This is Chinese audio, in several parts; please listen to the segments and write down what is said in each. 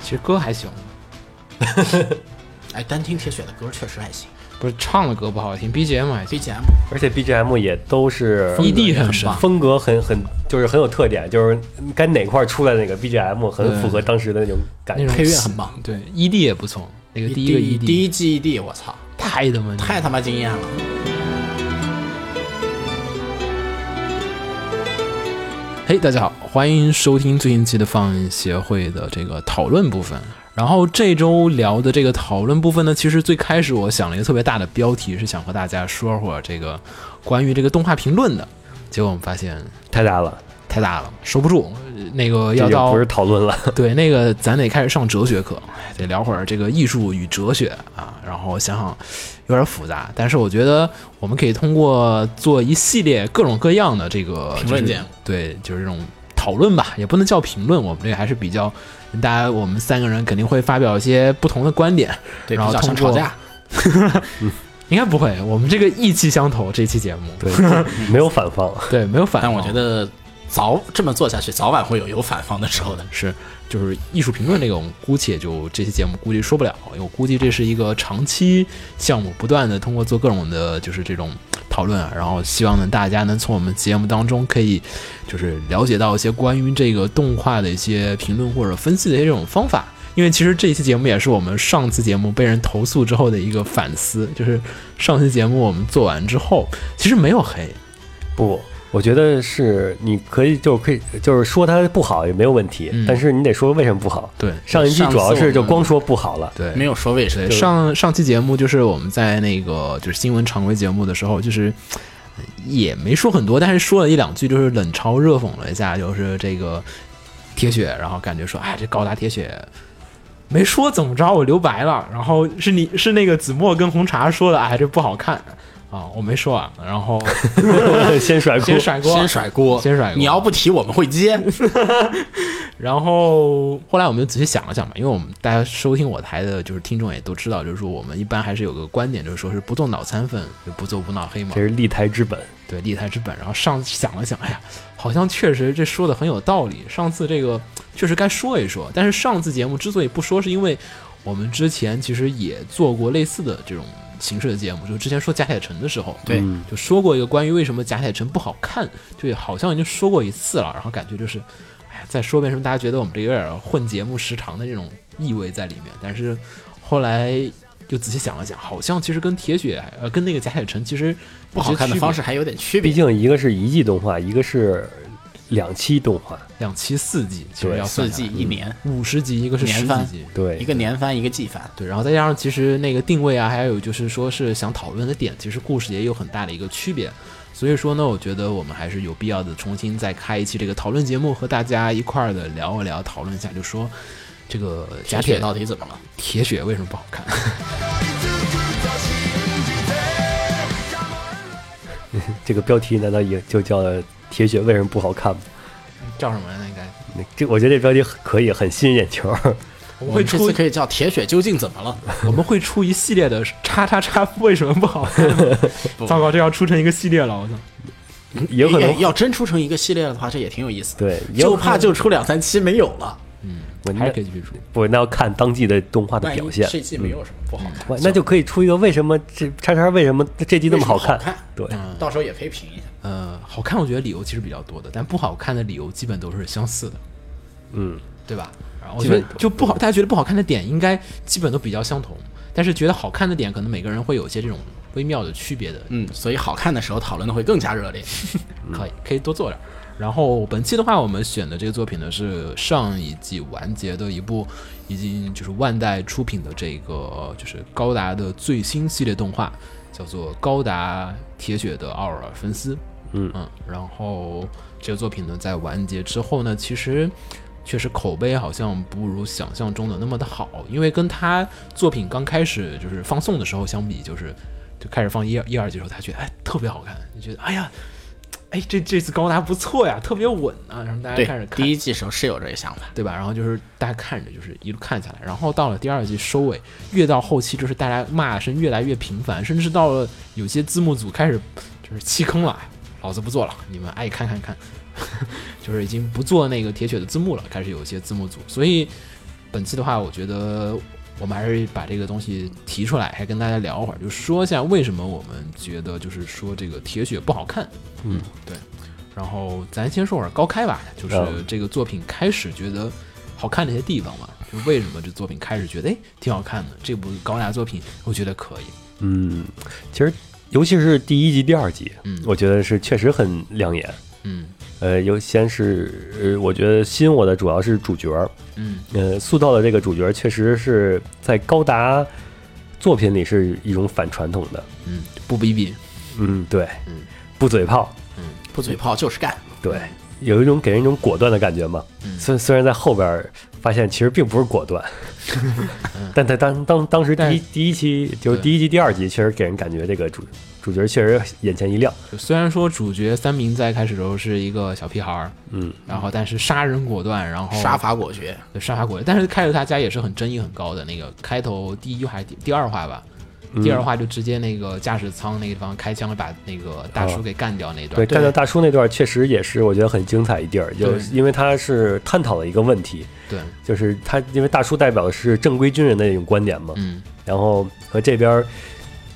其实歌还行，哎，单听铁血的歌确实还行不是唱的歌不好听，BGM 还行。 ，BGM 而且 BGM 也都是风格也很棒风格很很就是很有特点，就是该哪块儿出来哪个 BGM 很对符合当时的那种感那觉种。配乐很棒。E 对，ED 也不错，那个第一个 E ED 第一季 ED，我操，太他妈牛太他妈惊艳了！嘿大家好，欢迎收听最新期的放映协会的这个讨论部分。然后这周聊的这个讨论部分呢，其实最开始我想了一个特别大的标题，是想和大家说会儿这个关于这个动画评论的。结果我们发现太大了，太大了，收不住。呃那个这要就到不是讨论了。对，那个咱得开始上哲学课，哎得聊会儿这个艺术与哲学啊。然后想想有点复杂，但是我觉得我们可以通过做一系列各种各样的这个评论就是节目对，就是这种讨论吧，也不能叫评论，我们这个还是比较。大家，我们三个人肯定会发表一些不同的观点，对，然比后较通想过哦吵架，应该不会。我们这个意气相投，这期节目对， 没有反 方。对没有反但抗。我觉得早这么做下去，早晚会有有反方的时候的。是，就是艺术评论这个，我们估计也就这期节目估计说不了，因为我估计这是一个长期项目，不断的通过做各种的，就是这种讨论啊，然后希望呢大家能从我们节目当中可以，就是了解到一些关于这个动画的一些评论或者分析的一些这种方法。因为其实这一期节目也是我们上次节目被人投诉之后的一个反思，就是上期节目我们做完之后，其实没有黑，不，我觉得是你可以就可以就是说它不好也没有问题，嗯但是你得说为什么不好。对上一季上主要次我是就们光说不好了。对，没有说为什么对，上上期节目就是我们在那个就是新闻常规节目的时候，就是呃也没说很多，但是说了一两句，就是冷嘲热讽了一下，就是这个铁血，然后感觉说，哎，这高达铁血没说怎么着，我留白了。然后是你是那个子墨跟红茶说的，哎，这不好看啊，我没说啊，然后 先甩锅先，甩锅，啊先甩锅，先甩锅啊你要不提，我们 会接。然后后来我们仔细想了想嘛，因为我们大家收听我台的，就是听众也都知道，就是说我们一般还是有个观点，就是说是不动脑残粉，就不做无脑黑嘛这，是立台之本。对立台之本。然后上想了想，哎呀，好像确实这说的很有道理。上次这个确实该说一说，但是上次节目之所以不说，是因为我们之前其实也做过类似的这种形式的节目，就之前说贾铁城的时候，对，嗯就说过一个关于为什么贾铁城不好看，就好像已经说过一次了，然后感觉就是，哎，再说遍什么大家觉得我们这有点混节目时长的这种意味在里面，但是后来就仔细想了想，好像其实跟铁血呃跟那个贾铁城其实不好看的方式还有点区别毕。竟一个是一季动画，一个是两期动画。两期四季，其实对要四季一年，五十集，一嗯个是十年几番集。对，一个年番，一个季番。对，然后再加上其实那个定位啊，还有就是说是想讨论的点，其实故事也有很大的一个区别。所以说呢，我觉得我们还是有必要的重新再开一期这个讨论节目，和大家一块儿的聊一聊，讨论一下，就说这个假假铁铁到底怎么了？铁血为什么不好看？这个标题难道也就叫“铁血为什么不好看”吗？叫什么呢？应该那这我觉得这标题很可以，很吸引眼球。我我会们这出次可以叫铁血究竟怎么了？我们会出一系列的叉叉叉为什么不好看？ 糟糕，这要出成一个系列了，我操！也有可能哎要真出成一个系列的话，这也挺有意思的。对，也有就可怕就出两三期没有了。我还那是可以继续出。我那要看当季的动画的万一表现。这季没有什么不嗯好看，哇那就可以出一个为什么这叉叉为什么这季那么好看？为什么好看嗯对，到时候也可以评一下。呃，好看我觉得理由其实比较多的，但不好看的理由基本都是相似的。嗯，对吧？然后我基觉本得就不好，大家觉得不好看的点应该基本都比较相同，但是觉得好看的点，可能每个人会有一些这种微妙的区别的，嗯，所以好看的时候讨论的会更加热烈。可嗯以可以多做点儿。然后本期的话，我们选的这个作品呢是上一季完结的一部已经就是万代出品的这个就是高达的最新系列动画，叫做《高达铁血的奥尔芬斯》。嗯然后这个作品呢在完结之后呢，其实确实口碑好像不如想象中的那么的好，因为跟他作品刚开始就是放送的时候相比，就是就开始放一一二集的时候，他觉得哎特别好看，就觉得哎呀，哎这这次高达不错呀，特别稳啊，然后大家对开始，看第一季时候是有这个想法。对吧？然后就是大家看着，就是一路看下来，然后到了第二季收尾，越到后期就是大家骂声越来越频繁，甚至到了有些字幕组开始就是弃坑了，老子不做了，你们爱看 看看，就是已经不做那个铁血的字幕了，开始有一些字幕组，所以本期的话，我觉得我们还是把这个东西提出来，还跟大家聊会儿，就说一下为什么我们觉得就是说这个铁血不好看。嗯，对。然后咱先说会儿高开吧，就是嗯这个作品开始觉得好看的一些地方嘛，就为什么这作品开始觉得哎挺好看的，这部高达作品我觉得可以。嗯，其实尤其是第一集、第二集，嗯我觉得是确实很亮眼。嗯呃，尤先是呃，我觉得吸引我的主要是主角儿，嗯呃，塑造的这个主角确实是在高达作品里是一种反传统的。嗯，不逼逼。嗯，对，嗯不嘴炮，不嘴炮就是干，对，有一种给人一种果断的感觉嘛。嗯虽虽然在后边儿发现其实并不是果断，但在当当当时第但一是第一期就是对第一集、第二集，确实给人感觉这个主主角确实眼前一亮。就虽然说主角三明在开始的时候是一个小屁孩儿，嗯，然后但是杀人果断，然后杀伐果决。对杀伐果断，但是开头他家也是很争议很高的那个开头第一还是第第二话吧，嗯第二话就直接那个驾驶舱那个地方开枪把那个大叔给干掉那段，哦对，干掉大叔那段确实也是我觉得很精彩一地儿，就对因为他是探讨了一个问题，对，就是他因为大叔代表的是正规军人的那种观点嘛，嗯然后和这边儿，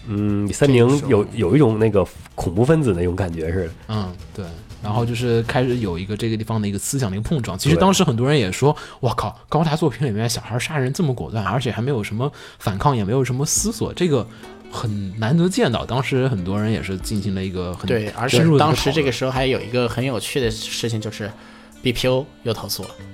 嗯，三这菱个时候有有一种那个恐怖分子那种感觉似的，嗯对，然后就是开始有一个这个地方的一个思想的一个碰撞。其实对当时很多人也说，我靠，高达作品里面小孩杀人这么果断，而且还没有什么反抗，也没有什么思索，这个很难得见到。当时很多人也是进行了一个很对，而深且入的一当个时这讨个时候还有一个很有趣的事情，就是 BPO 又投诉了。论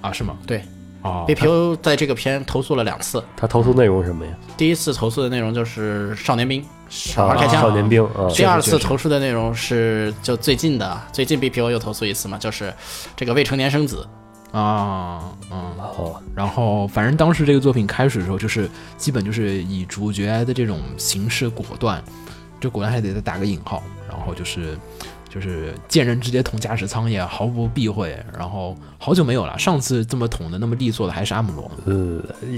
啊是吗？对哦， ，BPO 在这个片投诉了两次，他投诉内容是什么呀？第一次投诉的内容就是少年兵小啊孩开枪，少年兵啊，第二确次实投诉的内容是就最近的，最近 BPO 又投诉一次嘛，就是这个未成年生子，啊嗯。哦，然后，反正当时这个作品开始的时候，就是基本就是以主角的这种行事果断，这果断还得再打个引号，然后就是就是见人直接捅驾驶舱也毫不避讳，然后好久没有了，上次这么捅的那么利索的还是阿姆 罗呢，呃，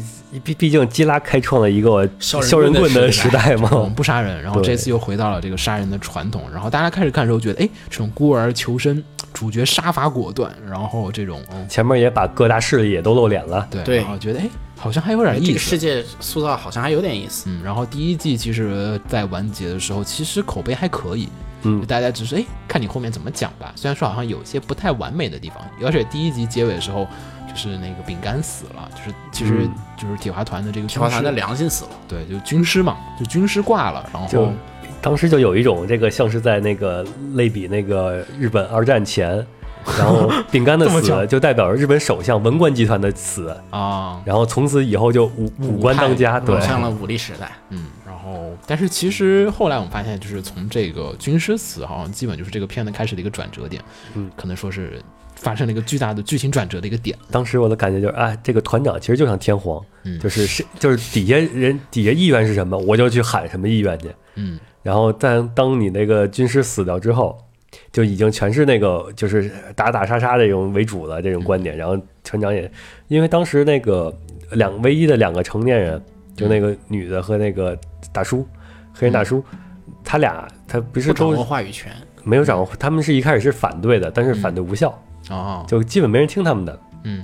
毕毕竟基拉开创了一个削削人人棍棍的的时时代我嘛们，不杀人，然后对这次又回到了这个杀人的传统，然后大家开始看的时候觉得，哎，这种孤儿求生，主角杀伐果断，然后这种，嗯、前面也把各大势力也都露脸了，对，对然后觉得哎，好像还有点这意个思世。界塑造好像还有点意思。嗯，然后第一季其实，在完结的时候，其实口碑还可以，嗯就大家只是哎，看你后面怎么讲吧。虽然说好像有些不太完美的地方，而且第一集结尾的时候，就是那个饼干死了，就是其实嗯就是铁华团的这个军师铁花团的良心死了，对，就军师嘛，就军师挂了，然就后当时就有一种这个像是在那个类比那个日本二战前，然后饼干的这么死巧就代表着日本首相文官集团的死，啊，然后从此以后就武武官当家，武对派走，向了武力时代。嗯，然后但是其实后来我们发现，就是从这个军师死，好像基本就是这个片子开始的一个转折点，嗯，可能说是发生了一个巨大的剧情转折的一个点，当时我的感觉就是，哎，这个团长其实就像天皇，嗯就是是就是底下人底下意愿是什么，我就去喊什么意愿去。嗯然后但当你那个军师死掉之后，就已经全是那个就是打打杀杀这种为主的这种观点。然后船长也因为当时那个两唯一的两个成年人，就那个女的和那个大叔，黑人大叔，他俩他不是不掌握都话语权，没有掌握，他们是一开始是反对的，但是反对无效，啊，就基本没人听他们的。嗯。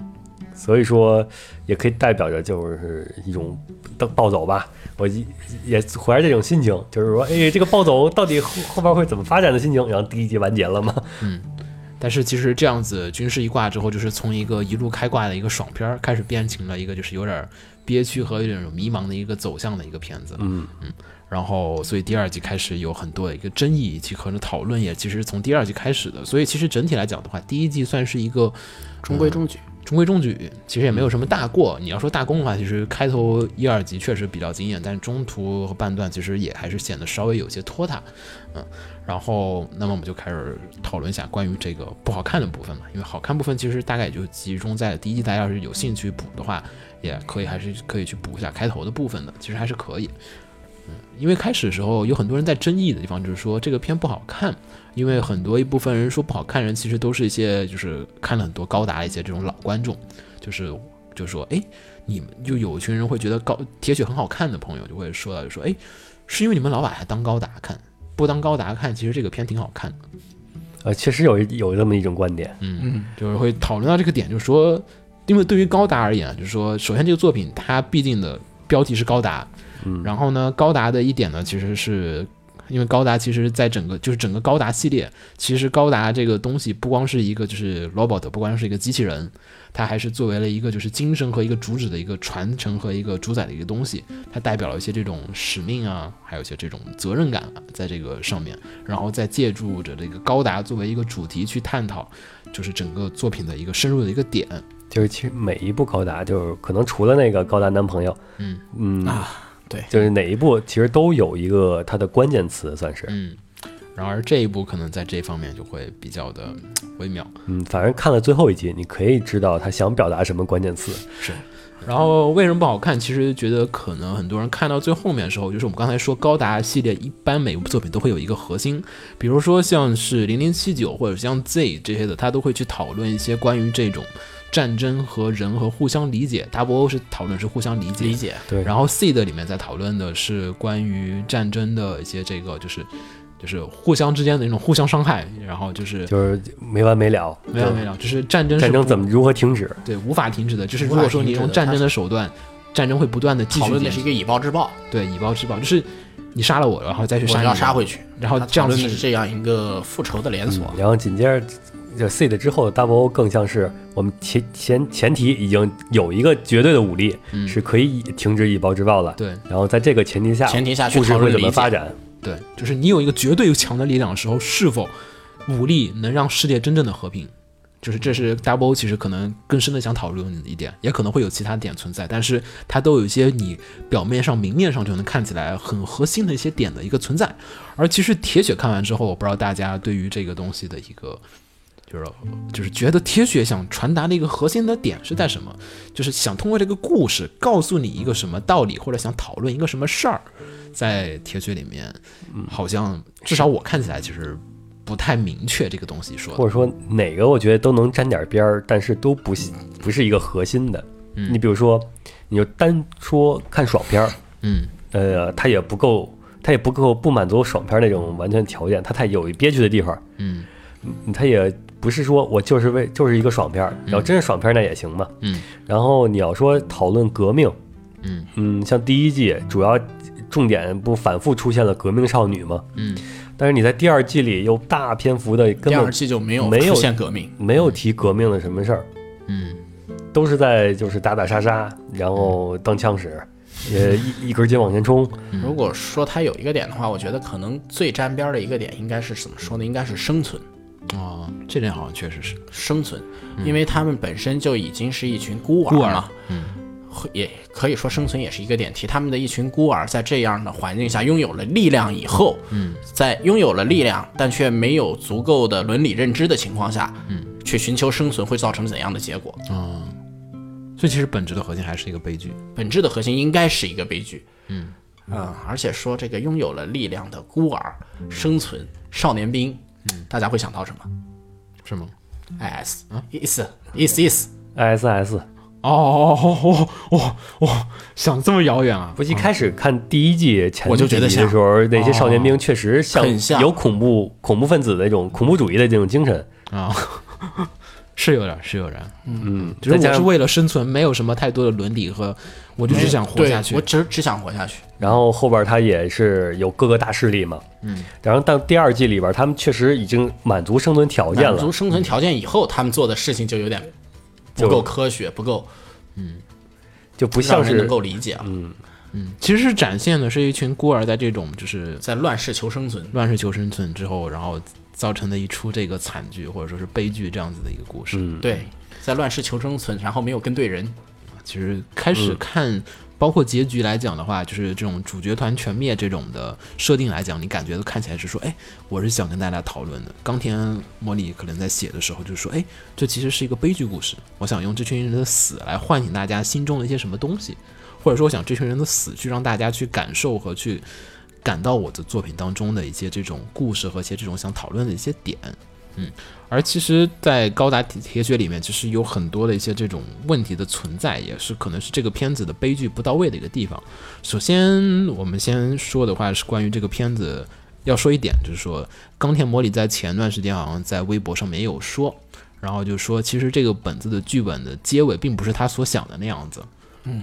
所以说，也可以代表着就是一种暴暴走吧。我一也怀着这种心情，就是说，哎，这个暴走到底后后边会怎么发展的心情。然后第一集完结了嘛，但是其实这样子军事一挂之后，就是从一个一路开挂的一个爽片儿，开始变成了一个就是有点儿憋屈和有点儿迷茫的一个走向的一个片子。嗯然后，所以第二季开始有很多的一个争议以及和讨论，也其实从第二季开始的。所以其实整体来讲的话，第一季算是一个中嗯规中矩。中规中矩，其实也没有什么大过。你要说大功的话，其实开头一二集确实比较惊艳，但是中途和半段其实也还是显得稍微有些拖沓，嗯。然后，那么我们就开始讨论一下关于这个不好看的部分嘛，因为好看部分其实大概也就集中在第一季，大家要是有兴趣补的话，也可以还是可以去补一下开头的部分的，其实还是可以。嗯，因为开始的时候有很多人在争议的地方，就是说这个片不好看，因为很多一部分人说不好看的人，其实都是一些就是看了很多高达的一些这种老观众，就是就说，哎，你们就有一群人会觉得高铁血很好看的朋友就会说到，就说，哎，是因为你们老把它当高达看，不当高达看，其实这个片挺好看的，呃，确实有一有这么一种观点，嗯，嗯，就是会讨论到这个点，就说因为对于高达而言啊，就是说，首先这个作品它毕竟的标题是高达，嗯然后呢，高达的一点呢，其实是因为高达其实在整个就是整个高达系列，其实高达这个东西不光是一个就是 robot，不光是一个机器人，它还是作为了一个就是精神和一个主旨的一个传承和一个主宰的一个东西，它代表了一些这种使命啊，还有一些这种责任感啊，在这个上面，然后再借助着这个高达作为一个主题去探讨，就是整个作品的一个深入的一个点。就是其实每一部高达，就是可能除了那个高达男朋友，嗯嗯啊对就是哪一部其实都有一个它的关键词，算是嗯，然而这一部可能在这方面就会比较的微妙。嗯，反正看了最后一集，你可以知道他想表达什么关键词。然后为什么不好看？其实觉得可能很多人看到最后面的时候，就是我们刚才说高达系列，一般每部作品都会有一个核心，比如说像是零零七九或者像 Z 这些的，它都会去讨论一些关于这种战争和人和互相理解。WO 是讨论是互相理解，理解对，然后 C 的里面在讨论的是关于战争的一些这个就是就是互相之间的那种互相伤害，然后就是就是没完没了，没有没有，就是战争是战争不怎么如何停止？对无法停止的，就是无如法果说你停止用的战它争是的手段，战争会不断的继讨续论进的是一行。个以暴制暴，对以暴制暴，就是你杀了我，然后再去我杀要你杀回去，然后它这样讨论子的是这样一个复仇的连锁嗯。然后紧接着就 C 的之后，Double O 更像是我们前前前提已经有一个绝对的武力，嗯是可以停止以暴制暴了。对然后在这个前提下，前提下去嗯故事讨会论怎么理发解，展？对，就是你有一个绝对强的力量的时候，是否武力能让世界真正的和平？就是这是 Double 其实可能更深的想讨论的一点，也可能会有其他点存在，但是它都有一些你表面上明面上就能看起来很核心的一些点的一个存在。而其实铁血看完之后，我不知道大家对于这个东西的一个。就是就是觉得铁血想传达的一个核心的点是在什么？就是想通过这个故事告诉你一个什么道理，或者想讨论一个什么事儿，在铁血里面，好像至少我看起来其实不太明确这个东西说或的。者说哪个我觉得都能沾点边儿，但是都不是不是一个核心的。嗯你比如说，你就单说看爽片儿，嗯呃，它也不够，它也不够不满足爽片儿那种完全条件，它太有憋屈的地方，嗯嗯它也不是说我就是为就是一个爽片儿，然后真是爽片儿那也行嘛。嗯然后你要说讨论革命，嗯嗯，像第一季主要重点不反复出现了革命少女吗？嗯但是你在第二季里又大篇幅的根第二本季就没有没有出现革命，没有提革命的什么事儿，嗯都是在就是打打杀杀，然后当 枪使，也一一根筋往前冲。嗯如果说它有一个点的话，我觉得可能最沾边儿的一个点应该是怎么说呢？应该是生存，哦，这点好像确实是。生存，因为他们本身就已经是一群孤儿嗯孤儿嘛，嗯会，也可以说生存也是一个点题。他们的一群孤儿在这样的环境下拥有了力量以后，嗯，在拥有了力量但却没有足够的伦理认知的情况下，嗯，去寻求生存会造成怎样的结果？哦，所以其实本质的核心还是一个悲剧。本质的核心应该是一个悲剧。嗯，啊、而且说这个拥有了力量的孤儿、生存、少年兵，嗯，大家会想到什么是吗？ ？is 啊 is is is， ISS 哦哦哦哦哦哦，想这么遥远啊不？是一开始看第一季前我就几觉得集像哦的时候，那些少年兵确实像很像有恐怖恐怖分子的那种恐怖主义的这种精神。啊、是有点，是有点。嗯，只是再加我是上为了生存，没有什么太多的伦理和，哎我就只想活对下去我。只只想活下去。然后后边他也是有各个大势力嘛。嗯，然后到第二季里边，他们确实已经满足生存条件满了足。生存条件以后，他们做的事情就有点不够科学，不够就不像让人能是嗯够理解啊。其实是展现的是一群孤儿在这种就是在乱世求生存，乱世求生存之后，然后造成的一出这个惨剧或者说是悲剧这样子的一个故事。嗯，对，在乱世求生存，然后没有跟对人，其实开始看，包括结局来讲的话，就是这种主角团全灭这种的设定来讲，你感觉看起来是说，哎，我是想跟大家讨论的。冈田模拟可能在写的时候就说，哎，这其实是一个悲剧故事，我想用这群人的死来唤醒大家心中的一些什么东西，或者说我想这群人的死去让大家去感受和去。感到我的作品当中的一些这种故事和一些这种想讨论的一些点，而其实，在高达铁铁血里面，其实有很多的一些这种问题的存在，也是可能是这个片子的悲剧不到位的一个地方。首先，我们先说的话是关于这个片子，要说一点就是说，冈田模里在前段时间好像在微博上面也有说，然后就说其实这个本子的剧本的结尾并不是他所想的那样子。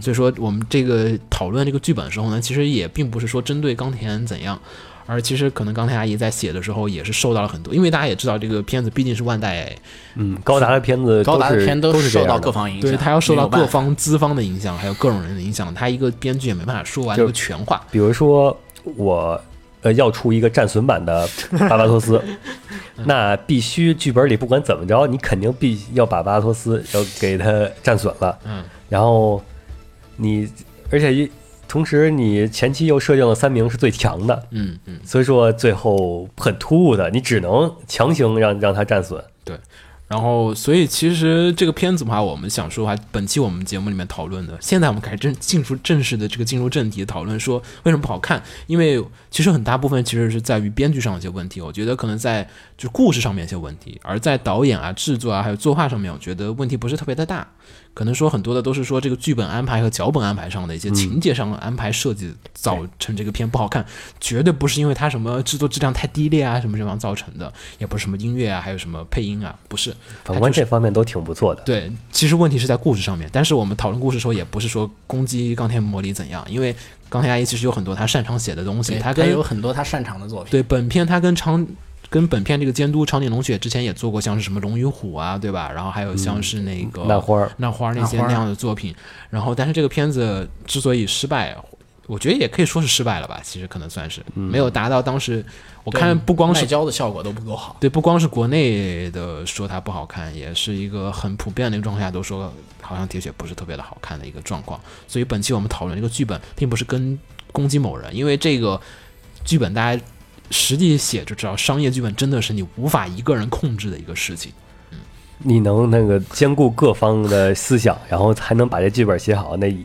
所以说我们这个讨论这个剧本的时候呢，其实也并不是说针对钢铁人怎样，而其实可能钢铁阿姨在写的时候也是受到了很多，因为大家也知道这个片子毕竟是万代，嗯，高达的片子高达都的是片都都是这受样到的各方影响，对他要受没到有办各法方资方的影响，还有各种人的影响，他一个编剧也没办法说完就这个全话。比如说我呃要出一个战损 版的巴巴托斯，那必须剧本里不管怎么着，你肯定必须要把巴巴托斯要给他战损了。嗯，然后你而且一同时你前期又设定了三名是最强的，嗯嗯，所以说最后很突兀的，你只能强行让让他战损。对。然后，所以其实这个片子的话，我们想说的话，本期我们节目里面讨论的，现在我们开始正进入正式的这个进入正题讨论，说为什么不好看？因为其实很大部分其实是在于编剧上的一些问题，我觉得可能在就是故事上面一些问题，而在导演啊、制作啊还有作画上面，我觉得问题不是特别的大，可能说很多的都是说这个剧本安排和脚本安排上的一些嗯情节上的安排设计造成这个片不好看，绝对不是因为它什么制作质量太低劣啊什么什么造成的，也不是什么音乐啊，还有什么配音啊，不是。反观这方面都挺不错的，对，其实问题是在故事上面，但是我们讨论故事的时候，也不是说攻击钢铁魔力怎样，因为钢铁阿姨其实有很多她擅长写的东西，对她他跟有很多他擅长的作品，对本片她跟长跟本片这个监督长井龙雪之前也做过像是什么《龙与虎》啊，对吧？然后还有像是那个、嗯漫花儿那花儿那些那花那儿样的作品。然后，但是这个片子之所以失败，我觉得也可以说是失败了吧，其实可能算是、没有达到当时我嗯对看不光是卖胶的效果都不够好。对，不光是国内的说它不好看，也是一个很普遍的一个状态下都说好像铁血不是特别的好看的一个状况。所以本期我们讨论这个剧本，并不是跟攻击某人，因为这个剧本大家实际写就知道，商业剧本真的是你无法一个人控制的一个事情。 你能那个兼顾各方的思想，然后还能把这剧本写好，那对，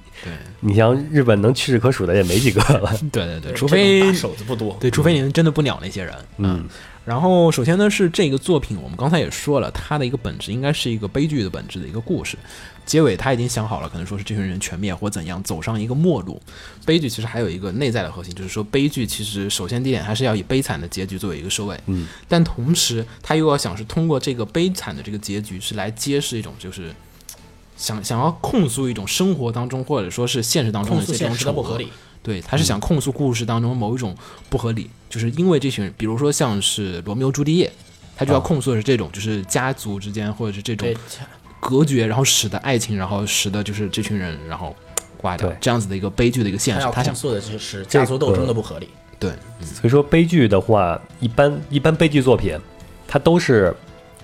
你像日本能屈指可数的也没几个 了。对对对，对除这种非打手子不多，对，除非你真的不鸟那些人。嗯，然后，首先呢是这个作品，我们刚才也说了，它的一个本质应该是一个悲剧的本质的一个故事。结尾他已经想好了，可能说是这群人全灭或怎样，走上一个末路。悲剧其实还有一个内在的核心，就是说悲剧其实首先第一点还是要以悲惨的结局作为一个收尾。嗯，但同时他又要想是通过这个悲惨的这个结局是来揭示一种就是。想想要控诉一种生活当中，或者说是现实当中控的诉这种现实的不丑恶合理，对，嗯他是想控诉故事当中某一种不合理，就是因为这群人，比如说像是罗密欧朱丽叶，他就要控诉的是这种，就是家族之间或者是这种对，隔绝，然后使得爱情，然后使得就是这群人然后挂掉对这样子的一个悲剧的一个现他实要。他控想诉的就是这家族斗争个的不合理，对，所以说悲剧的话，一般一般悲剧作品，它都是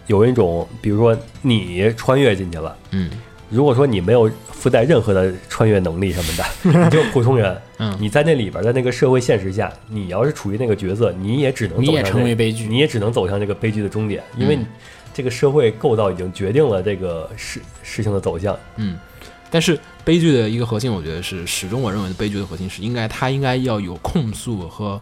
有一种，比如说你穿越进去了，嗯如果说你没有附带任何的穿越能力什么的，你就是普通人，嗯你在那里边的那个社会现实下，你要是处于那个角色，你也只能你走也上成这为悲剧你也只能走向这个悲剧的终点，因为嗯你这个社会构造已经决定了这个事事情的走向。嗯。但是悲剧的一个核心，我觉得是始终我认为的悲剧的核心是应该他应该要有控诉和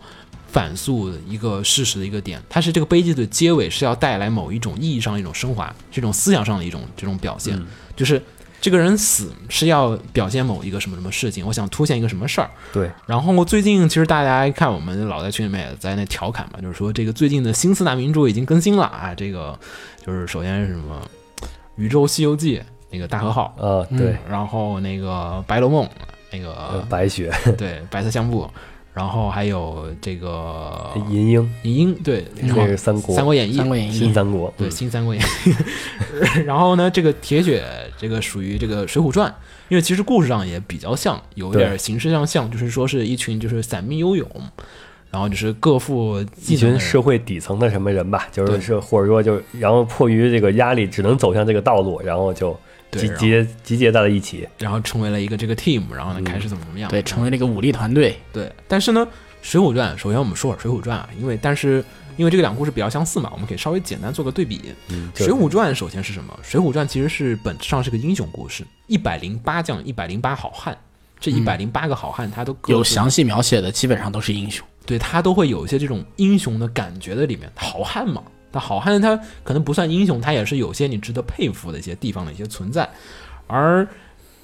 反诉的一个事实的一个点，它是这个悲剧的结尾是要带来某一种意义上的一种升华，这种思想上的一种这种表现。就是这个人死是要表现某一个什么什么事情，我想凸显一个什么事儿。对，然后最近其实大家看我们老在群里面也在那调侃嘛，就是说这个最近的新四大名著已经更新了啊，这个就是首先是什么宇宙西游记那个大和号，啊，对，然后那个白龙梦那呃嗯个白雪、对白色相簿，然后还有这个银鹰，银鹰对，然后这是三国《三国演义》嗯三国演义新》三国，对，嗯新三国演义。 然后呢，这个铁血这个属于这个《水浒传》，因为其实故事上也比较像，有一对点儿形式上像，就是说是一群就是散兵游勇，然后就是各负技能的一群人社会底层的什么人吧，就对是是或者说就然后迫于这个压力，只能走向这个道路，然后就对集然后结集结在了一起。然后成为了一个这个 team，然后呢开始怎么怎么样，对，成为了一个武力团队，对，但是呢，《水浒传》首先我们说会儿《水浒传》啊，因为但是因为这个两个故事比较相似嘛，我们可以稍微简单做个对比。就水浒传》首先是什么？《水浒传》其实是本质上是个英雄故事，一百零八将，一百零八好汉。这一百零八个好汉，他都各有自详细描写的基本上都是英雄，对他都会有一些这种英雄的感觉在里面。好汉嘛，那好汉他可能不算英雄，他也是有些你值得佩服的一些地方的一些存在。而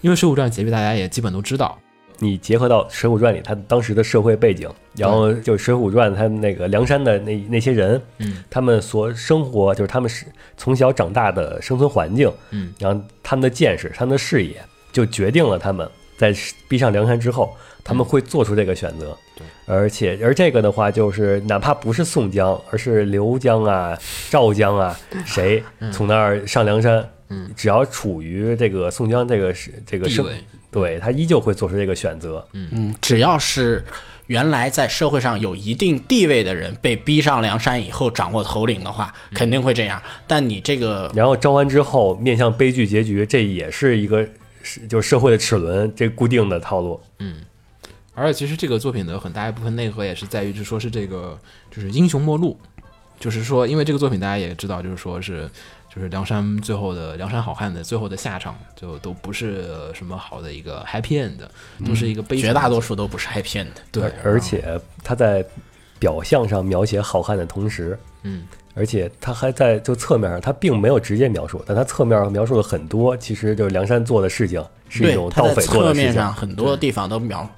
因为《水浒传》结局大家也基本都知道，你结合到《水浒传》里他当时的社会背景，然后就《水浒传》他那个梁山的那那些人，嗯，他们所生活就是他们是从小长大的生存环境，嗯，然后他们的见识、他们的视野，就决定了他们在逼上梁山之后，他们会做出这个选择。嗯对而且而这个的话，就是哪怕不是宋江，而是刘江啊、赵江啊，谁从那儿上梁山，嗯，只要处于这个宋江这个是这个地生，位，对他依旧会做出这个选择。嗯，只要是原来在社会上有一定地位的人被逼上梁山以后掌握头领的话，肯定会这样。但你这个然后招安之后面向悲剧结局，这也是一个是就是社会的齿轮，这固定的套路。而且其实这个作品的很大一部分内核也是在于，就说是这个就是英雄末路，就是说因为这个作品大家也知道，就是说是就是梁山最后的梁山好汉的最后的下场，就都不是呃什么好的一个 happy end，都是一个悲剧。绝大多数都不是 happy end 的。对，而且他在表象上描写好汉的同时，嗯，而且他还在就侧面上，他并没有直接描述，但他侧面描述了很多，其实就是梁山做的事情是一对种，他盗在匪做侧的事面情上。很多地方都描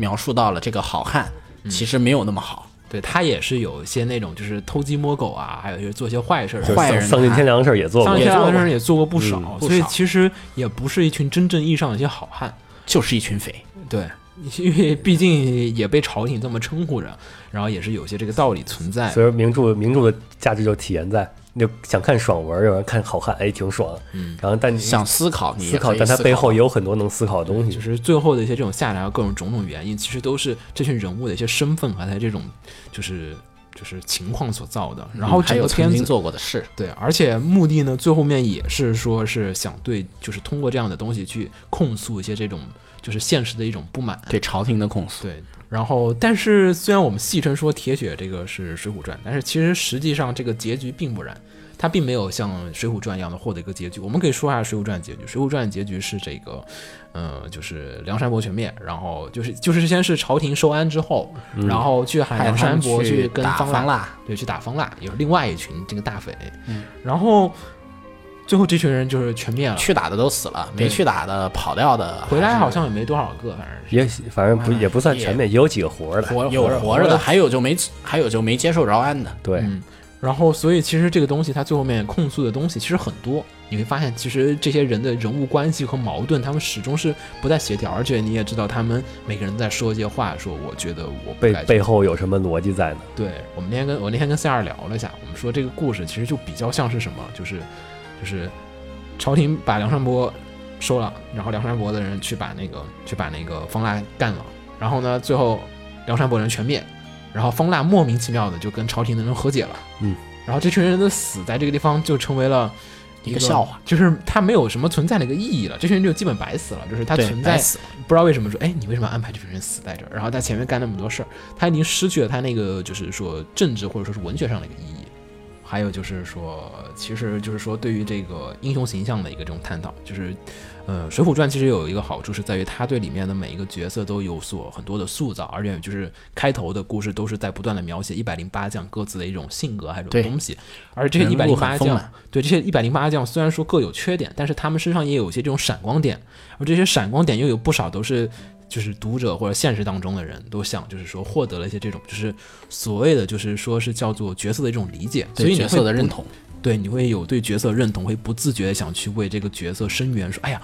描述到了这个好汉其实没有那么好，对他也是有一些那种就是偷鸡摸狗啊，还有就是做一些坏事儿。就是坏丧人啊丧尽天良的事儿也做丧过尸，也做过人也做过不少，不所以少其实也不是一群真正意义上的一些好汉。就是一群匪。对， 因为毕竟也被朝廷这么称呼着，然后也是有些这个道理存在。所以说名著名著的价值就体现在，你就想看爽文，有人看好汉，哎，挺爽。嗯，然后但你想思考，你也思考，可以但它背后思也有很多能思考的东西就。是最后的一些这种下来各种种种原因，其实都是这群人物的一些身份和他这种就是就是情况所造的。然后嗯还整有个嗯曾片经子做过的事，对，而且目的呢，最后面也是说是想对，就是通过这样的东西去控诉一些这种就是现实的一种不满。对朝廷的控诉。对，然后但是虽然我们戏称说铁血这个是《水浒传》，但是其实实际上这个结局并不然，它并没有像《水浒传》一样的获得一个结局。我们可以说一下《水浒传》结局，《水浒传》结局是这个，呃，就是梁山伯全灭，然后就是就是先是朝廷收安之后，嗯然后去喊派梁他山们伯去跟打方嗯方腊，嗯对，去打方腊，也是另外一群这个大匪，然后最后这群人就是全灭了，去打的都死了，没对去打的跑掉的，回来还是好像也没多少个，反正是。也反正不也不算全面，也有几个活儿的。活着有活着活着的，还有就没还有就没接受着安的。对，嗯，然后所以其实这个东西它最后面控诉的东西其实很多，你会发现其实这些人的人物关系和矛盾，他们始终是不太协调，而且你也知道他们每个人在说一些话，说我觉得我不背该这背样后有什么逻辑在呢？对我们那天跟我那天跟塞尔聊了一下，我们说这个故事其实就比较像是什么，就是就是朝廷把梁山伯收了，然后梁山伯的人去把那个去把那个方腊干了，然后呢，最后梁山伯人全灭，然后方腊莫名其妙的就跟朝廷的人和解了，嗯，然后这群人的死在这个地方就成为了。一个笑话，就是它没有什么存在的一个意义了，这群人就基本白死了。就是它对，存白在死了不知道为什么说，哎，你为什么要安排这群人死在这儿？然后他前面干那么多事儿，他已经失去了他那个就是说政治或者说是文学上的一个意义。还有就是说，其实就是说对于这个英雄形象的一个这种探讨，就是，呃，《水浒传》其实有一个好处是在于它对里面的每一个角色都有所很多的塑造，而且就是开头的故事都是在不断的描写一百零八将各自的一种性格还有对东西，而这些一百人物零很八丰将满对这些一百零八将，虽然说各有缺点，但是他们身上也有一些这种闪光点，而这些闪光点又有不少都是就是读者或者现实当中的人都想就是说获得了一些这种就是所谓的就是说是叫做角色的一种理解，所对以你角会色的不认，同。对，你会有对角色认同，会不自觉的想去为这个角色伸冤，说哎呀，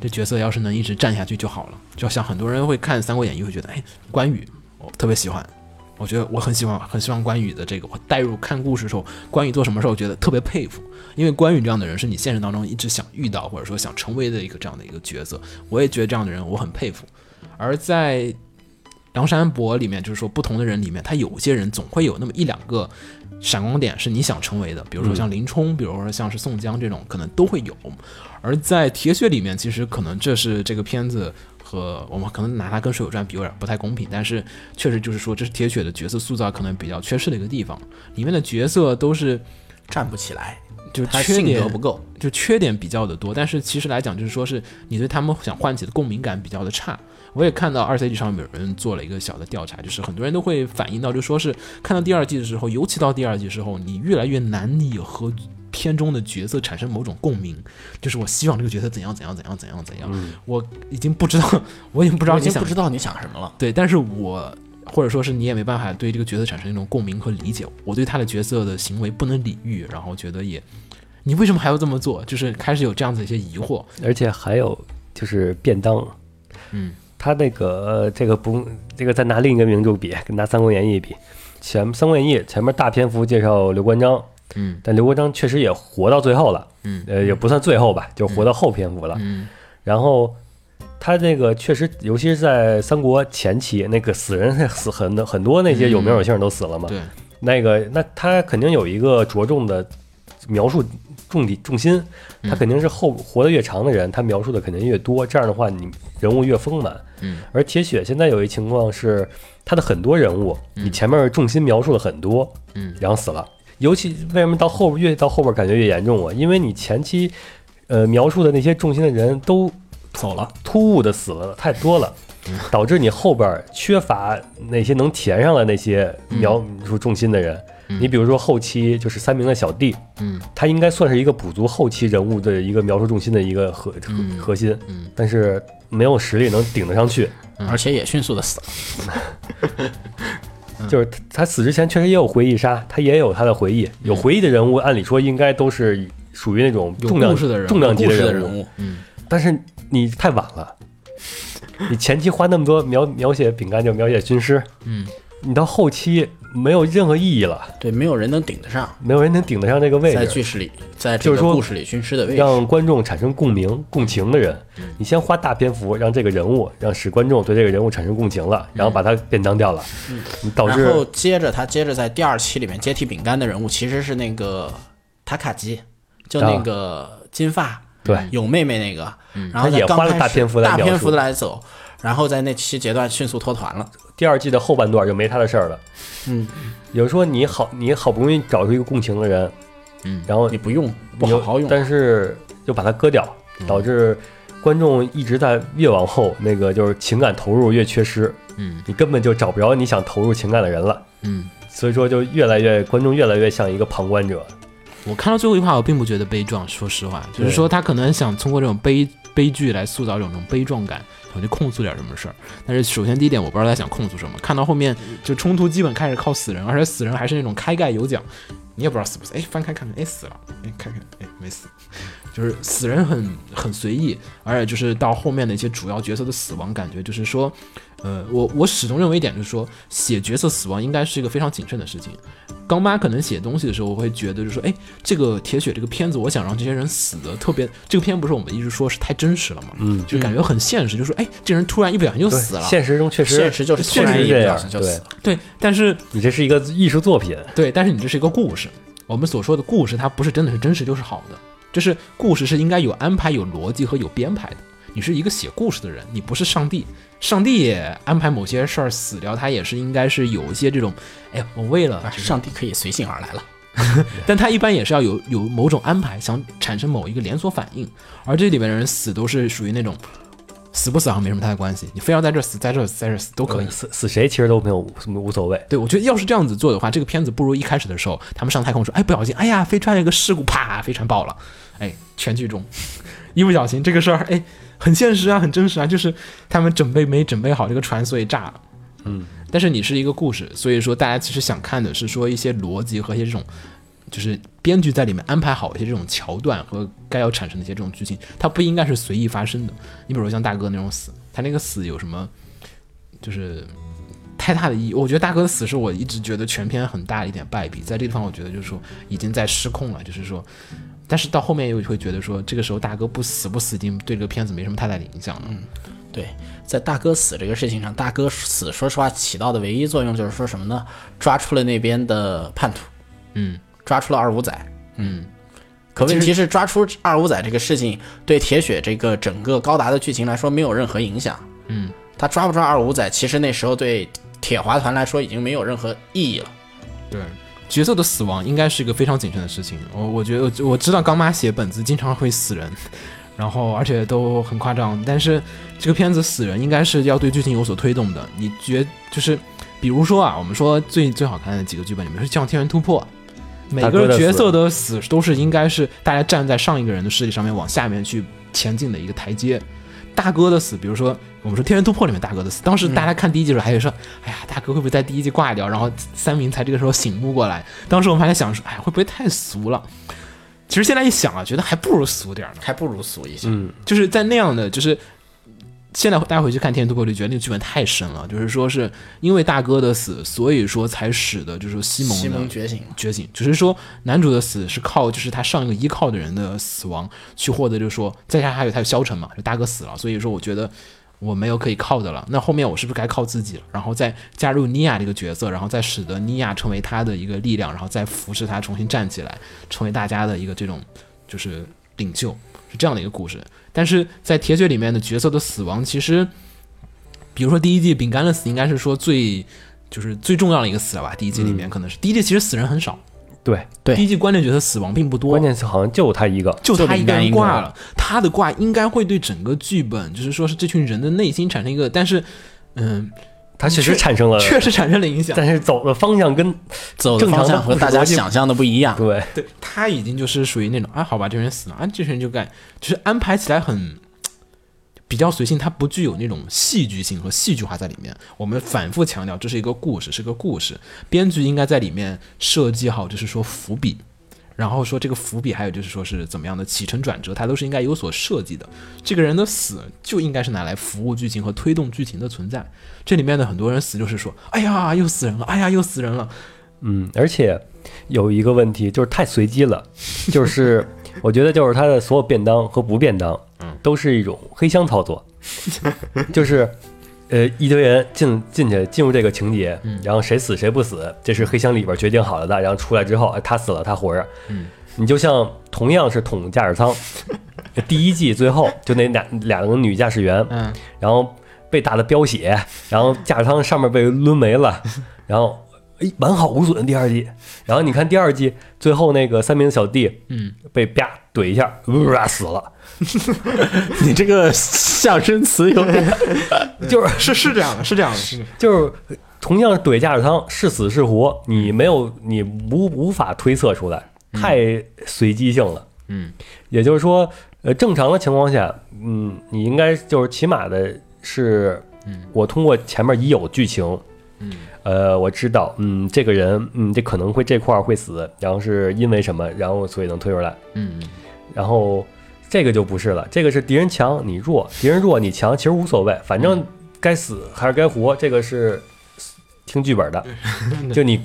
这角色要是能一直站下去就好了。就像很多人会看《三国演义》会觉得，哎，关羽我特别喜欢。我觉得我很喜欢，很喜欢关羽的这个。我带入看故事的时候，关羽做什么事儿，我觉得特别佩服。因为关羽这样的人是你现实当中一直想遇到或者说想成为的一个这样的一个角色，我也觉得这样的人我很佩服。而在梁山伯里面，就是说不同的人里面，他有些人总会有那么一两个闪光点是你想成为的，比如嗯说像林冲，比如说像是宋江这种，可能都会有。而在铁血里面，其实可能这是这个片子和我们可能拿它跟《水浒传》比有点不太公平，但是确实就是说这是铁血的角色塑造可能比较缺失的一个地方，里面的角色都是站不起来，就他缺性格点不够。就缺点比较的多，但是其实来讲，就是说是你对他们想唤起的共鸣感比较的差。我也看到二 C G 上面有人做了一个小的调查，就是很多人都会反映到，就说是看到第二季的时候，尤其到第二季的时候，你越来越难以和片中的角色产生某种嗯共鸣，就是我希望这个角色怎样怎样怎样怎样怎样。我已经不知道，我已经不知道我已你经想不知道你想什么了。对，但是我或者说是你也没办法对这个角色产生一种共鸣和理解。我对他的角色的行为不能理喻，然后觉得也，你为什么还要这么做？就是开始有这样子一些疑惑。而且还有就是便当，嗯，他那个、呃这个不用，这个再拿另一个名著比，跟拿《三国演义》比，前《三国演义》前面大篇幅介绍刘关张，嗯但刘关张确实也活到最后了，嗯呃，也不算最后吧，就活到后篇幅了。嗯然后他这个确实，尤其是在三国前期，那个死人死很多很多那些有名有姓都死了嘛，嗯对，那个那他肯定有一个着重的描述重点重心，嗯他肯定是后活得越长的人，他描述的肯定越多，这样的话你人物越丰满。嗯，而铁血现在有一情况是，他的很多人物你前面重心描述了很多，嗯，然后死了。尤其为什么到后越到后边感觉越严重啊？因为你前期呃描述的那些重心的人都走了。突兀的死了太多了，导致你后边儿缺乏那些能填上的那些描嗯述重心的人。你比如说后期就是三明的小弟，嗯，他应该算是一个补足后期人物的一个描述重心的一个核嗯核心，嗯但是没有实力能顶得上去。而且也迅速的 死了。就是他他死之前确实也有回忆杀，他也有他的回忆，有回忆的人物，按理说应该都是属于那种有重量故事的人物重量级故事的人物人，物，嗯但是你太晚了，你前期花那么多描描写饼干就描写军师，嗯，你到后期没有任何意义了，对，没有人能顶得上。没有人能顶得上这个位在置，剧史里，在这就是个说故事里军师的位置，让观众产生共鸣、共情的人，你先花大篇幅让这个人物，让使观众对这个人物产生共情了，然后把他便当掉了，你导致然后接着他接着在第二期里面接替饼干的人物其实是那个塔卡基，就啊那个金发，对有妹妹那个，嗯然后他在也刚花了开大始篇幅来大描篇述幅的来走，然后在那期阶段迅速脱团了。第二季的后半段就没他的事儿了。嗯，有时候你好，你好不容易找出一个共情的人，嗯然后你不用，不有好好用，啊嗯但是又把它割掉，导致观众一直在越往后那个就是情感投入越缺失，嗯你根本就找不着你想投入情感的人了。嗯，所以说，就越来越观众越来越像一个旁观者，我看到最后一话，我并不觉得悲壮。说实话，就是说他可能想通过这种悲悲剧来塑造这种悲壮感，想去控诉点什么事儿。但是首先第一点，我不知道他想控诉什么。看到后面就冲突基本开始靠死人，而且死人还是那种开盖有奖，你也不知道死不死。哎，翻开看看，哎死了，哎看看，哎没死，就是死人很很随意，而且就是到后面的一些主要角色的死亡，感觉就是说，呃，我我始终认为一点就是说，写角色死亡应该是一个非常谨慎的事情。刚妈可能写东西的时候，我会觉得就是说，哎，这个铁血这个片子，我想让这些人死的特别，这个片不是我们一直说是太真实了嘛，嗯，就感觉很现实，就是说哎，这人突然一不小心就对死了，现实中确实，现实就是突确实然是一这不小样心。就死对了。对，但是你这是一个艺术作品，对，但是你这是一个故事，我们所说的故事，它不是真的是真实就是好的，就是故事是应该有安排、有逻辑和有编排的。你是一个写故事的人，你不是上帝。上帝也安排某些事儿死掉，他也是应该是有一些这种，哎呀，我为了啊，上帝可以随性而来了。但他一般也是要有有某种安排，想产生某一个连锁反应。而这里面的人死都是属于那种死不死好像没什么太大关系，你非要在这儿死，在这儿死，在这儿死都可以。死死谁其实都没有无所谓。对，我觉得要是这样子做的话，这个片子不如一开始的时候，他们上太空说，哎，不小心，哎呀，飞船有个事故，啪，飞船爆了，哎，全剧终。一不小心这个事儿，哎，很现实啊，很真实啊，就是他们准备没准备好这个船，所以炸了。嗯，但是你是一个故事，所以说大家其实想看的是说一些逻辑和一些这种，就是编剧在里面安排好一些这种桥段和该要产生的一些这种剧情，它不应该是随意发生的。你比如说像大哥那种死，他那个死有什么，就是太大的意义。我觉得大哥的死是我一直觉得全片很大的一点败笔，在这地方我觉得就是说已经在失控了，就是说，但是到后面又会觉得说，这个时候大哥不死不死，已经对这个片子没什么太大的影响了。对，在大哥死这个事情上，大哥死，说实话起到的唯一作用就是说什么呢？抓出了那边的叛徒，嗯，抓出了二五仔，嗯，可问题是，抓出二五仔这个事情对铁血这个整个高达的剧情来说没有任何影响。嗯，他抓不抓二五仔，其实那时候对铁华团来说已经没有任何意义了。对。角色的死亡应该是一个非常谨慎的事情。我我觉得我知道刚妈写本子经常会死人，然后而且都很夸张。但是这个片子死人应该是要对剧情有所推动的。你觉就是，比如说啊，我们说最最好看的几个剧本里面是像《天元突破》，每个角色的死都是应该是大家站在上一个人的尸体上面往下面去前进的一个台阶。大哥的死，比如说我们说《天元突破》里面大哥的死，当时大嗯家看第一集的时候还有说，哎呀，大哥会不会在第一集挂掉？然后三明才这个时候醒悟过来。当时我们还在想说，哎，会不会太俗了？其实现在一想啊，觉得还不如俗点儿呢。还不如俗一些。嗯，就是在那样的，就是现在大家回去看《天元突破》就觉得那个剧本太深了，就是说是因为大哥的死，所以说才使得就是说西蒙西呢蒙觉醒嘛，觉醒，只是说男主的死是靠就是他上一个依靠的人的死亡去获得，就是说再加上还有他有消沉嘛，就大哥死了，所以说我觉得我没有可以靠的了，那后面我是不是该靠自己了？然后再加入妮亚这个角色，然后再使得妮亚成为他的一个力量，然后再扶持他重新站起来，成为大家的一个这种就是领袖，是这样的一个故事。但是在铁血里面的角色的死亡，其实比如说第一季饼干的死，应该是呃说最。就是最重要的一个死了吧，第一季里面可能是、第一季其实死人很少，嗯对，对第一季关键角色死亡并不多，关键是好像就他一个，就就他一饼个干人一个挂了，他的挂应该会对整个剧本，就是说是这群人的内心产生一个，但是，嗯，他确实确产生了，确实产生了影响。但是走的方向跟走的正常方的向和大家逻辑想象的不一样。对对他已经就是属于那种啊，好吧，这群人死了，啊，这群人就干，就是安排起来很比较随性，它不具有那种戏剧性和戏剧化在里面。我们反复强调，这是一个故事，是个故事，编剧应该在里面设计好，就是说伏笔。然后说这个伏笔，还有就是说是怎么样的起承转折，它都是应该有所设计的。这个人的死就应该是拿来服务剧情和推动剧情的存在。这里面的很多人死就是说，哎呀又死人了，哎呀又死人了，嗯，而且有一个问题就是太随机 了，就是我觉得就是他的所有便当和不便当，嗯都是一种黑箱 操作，就是呃一堆人进进去进入这个情节，嗯然后谁死谁不死，这是黑箱里边决定好了的，然后出来之后，哎他死了他活着，嗯，你就像同样是捅驾驶 舱，第一季最后就那俩两个女驾驶员，嗯，然后被打的飙血，然后驾驶舱上面被抡 没了，然后哎完好无损。第二季，然后你看第二季最后那个三名小弟，嗯，被啪怼一下，呜、啊死了，你这个象声词有点 就是是是这样的，是这样的，是的就是同样怼驾驶舱，是死是活，你没有你无无法推测出来，太随机性了。嗯，也就是说，呃，正常的情况下，嗯，你应该就是起码的是，我通过前面已有剧情，嗯，呃，我知道，嗯，这个人，嗯，这可能会这块儿会死，然后是因为什么，然后所以能推出来，嗯。然后这个就不是了，这个是敌人强你弱，敌人弱你强，其实无所谓，反嗯正该死还是该活，这个是听剧 本的，就你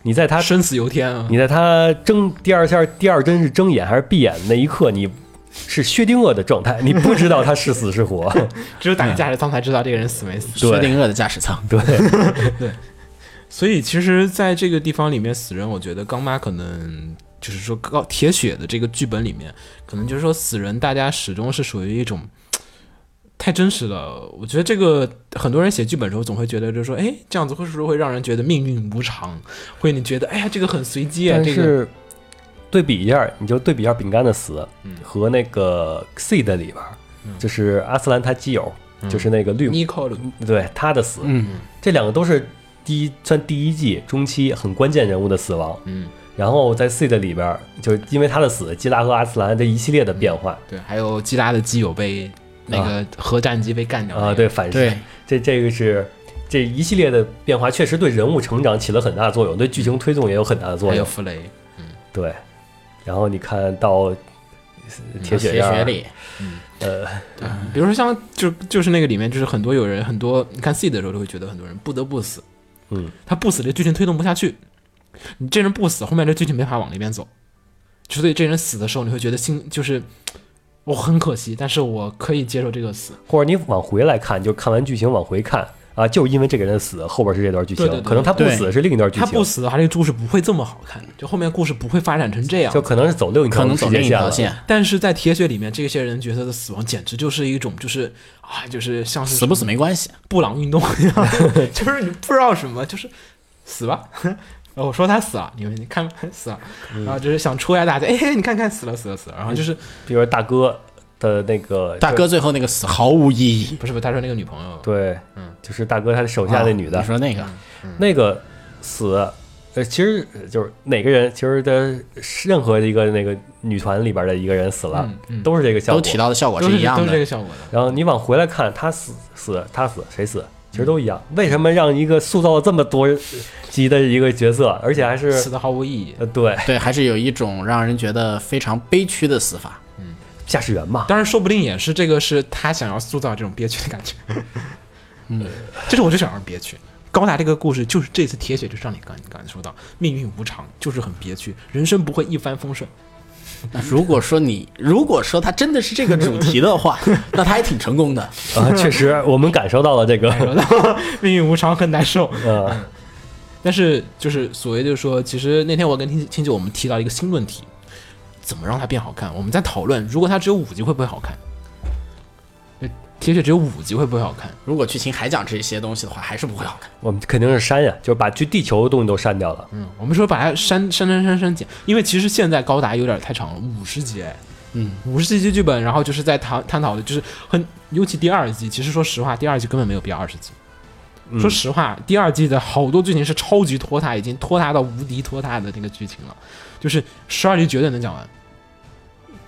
你在他生死由天啊！你在他睁第二下第二针是睁眼还是闭眼那一刻，你是薛定谔的状态，你不知道他是死是活。只有打开驾驶舱才知道这个人死没死。对薛定谔的驾驶舱。对，所以其实在这个地方里面死人，我觉得刚妈可能就是说高铁血的这个剧本里面，可能就是说死人大家始终是属于一种。太真实了，我觉得这个很多人写剧本的时候总会觉得，就是说，哎，这样子会是不是会让人觉得命运无常？会你觉得，哎呀，这个很随机啊，但这个是对比一下，你就对比一下饼干的死和那个 C 的里边儿，就是阿斯兰他基友，就是那个绿尼可鲁，对他的死，嗯，这两个都是第一算第一季中期很关键人物的死亡。嗯，然后在 C 的里边儿，就是因为他的死，基拉和阿斯兰这一系列的变化对，还有基拉的基友被那个核战机被干掉啊，对，反噬对，这这个是这一系列的变化，确实对人物成长起了很大的作用，对剧情推动也有很大的作还有用。弗雷，对，然后你看到铁血铁这血儿，里，呃，比如说像就就是那个里面，就是很多有人很多，你看 C 的时候就会觉得很多人不得不死，嗯，他不死这剧情推动不下去，你这人不死，后面这剧情没法往那边走，所以这人死的时候你会觉得心就是我很可惜，但是我可以接受这个死，或者你往回来看，就看完剧情往回看啊，就是因为这个人死，后边是这段剧情，对对对可能他不对死是另一段剧他情，不死的话，这个故事不会这么好看，就后面故事不会发展成这样就。可能是走另一可能条走世另一界线条了。嗯线，但是在铁血里面，这些人角色的死亡简直就是一种就是啊，就是像是死不死没关系。布朗运动一样，就是你不知道什么，就是死吧。 然后我说他死了，你们你看死了，然后就是想戳一下大家，哎，你看看死了死了死了，然后就是比如说大哥的那个大哥最后那个死毫无意义。不是不是他说那个女朋友，对，嗯啊就是大哥他手下那女的、啊你说那个那个死，呃，其实呃就是哪个人，其实的任何一个那个女团里边的一个人死了，嗯嗯都是这个效都果。起到的效果都一样都是这的。个效果的。然后你往回来看，他死死他死谁死，其实都一样。为什么让一个塑造了这么多集的一个角色，而且还死是的毫无意义。呃对对，还是有一种让人觉得非常悲屈的死法。驾驶员嘛？当然，说不定也是这个是他想要塑造这种憋屈的感觉。嗯， 就是我就想让人憋屈。高达这个故事就是这次铁血，就是让你感感受到命运无常，就是很憋屈，人生不会一帆风顺。那如果说你，如果说它真的是这个主题 的话，那它还挺成功的。啊，确实我们感受到了这个感受到 命运无常很难受。呃但是就是所谓就是说，其实那天我跟听听姐我们提到一个新问题，怎么让它变好看？我们在讨论，如果它只有五集会不会好看？呃铁血只有五集会不会好看？如果剧情还讲这些东西的话，还是不会好看。我们肯定是删呀，就是把去地球的东西都删掉了。嗯，我们说把它删删删删删减，因为其实现在高达有点太长了，五十集哎，嗯，五十集剧本，然后就是在探探讨的，就是很尤其第二季，其实说实话，第二季根本没有必要二十集。嗯说实话，第二季的好多剧情是超级拖沓，已经拖沓到无敌拖沓的那个剧情了，就是十二集绝对能讲完，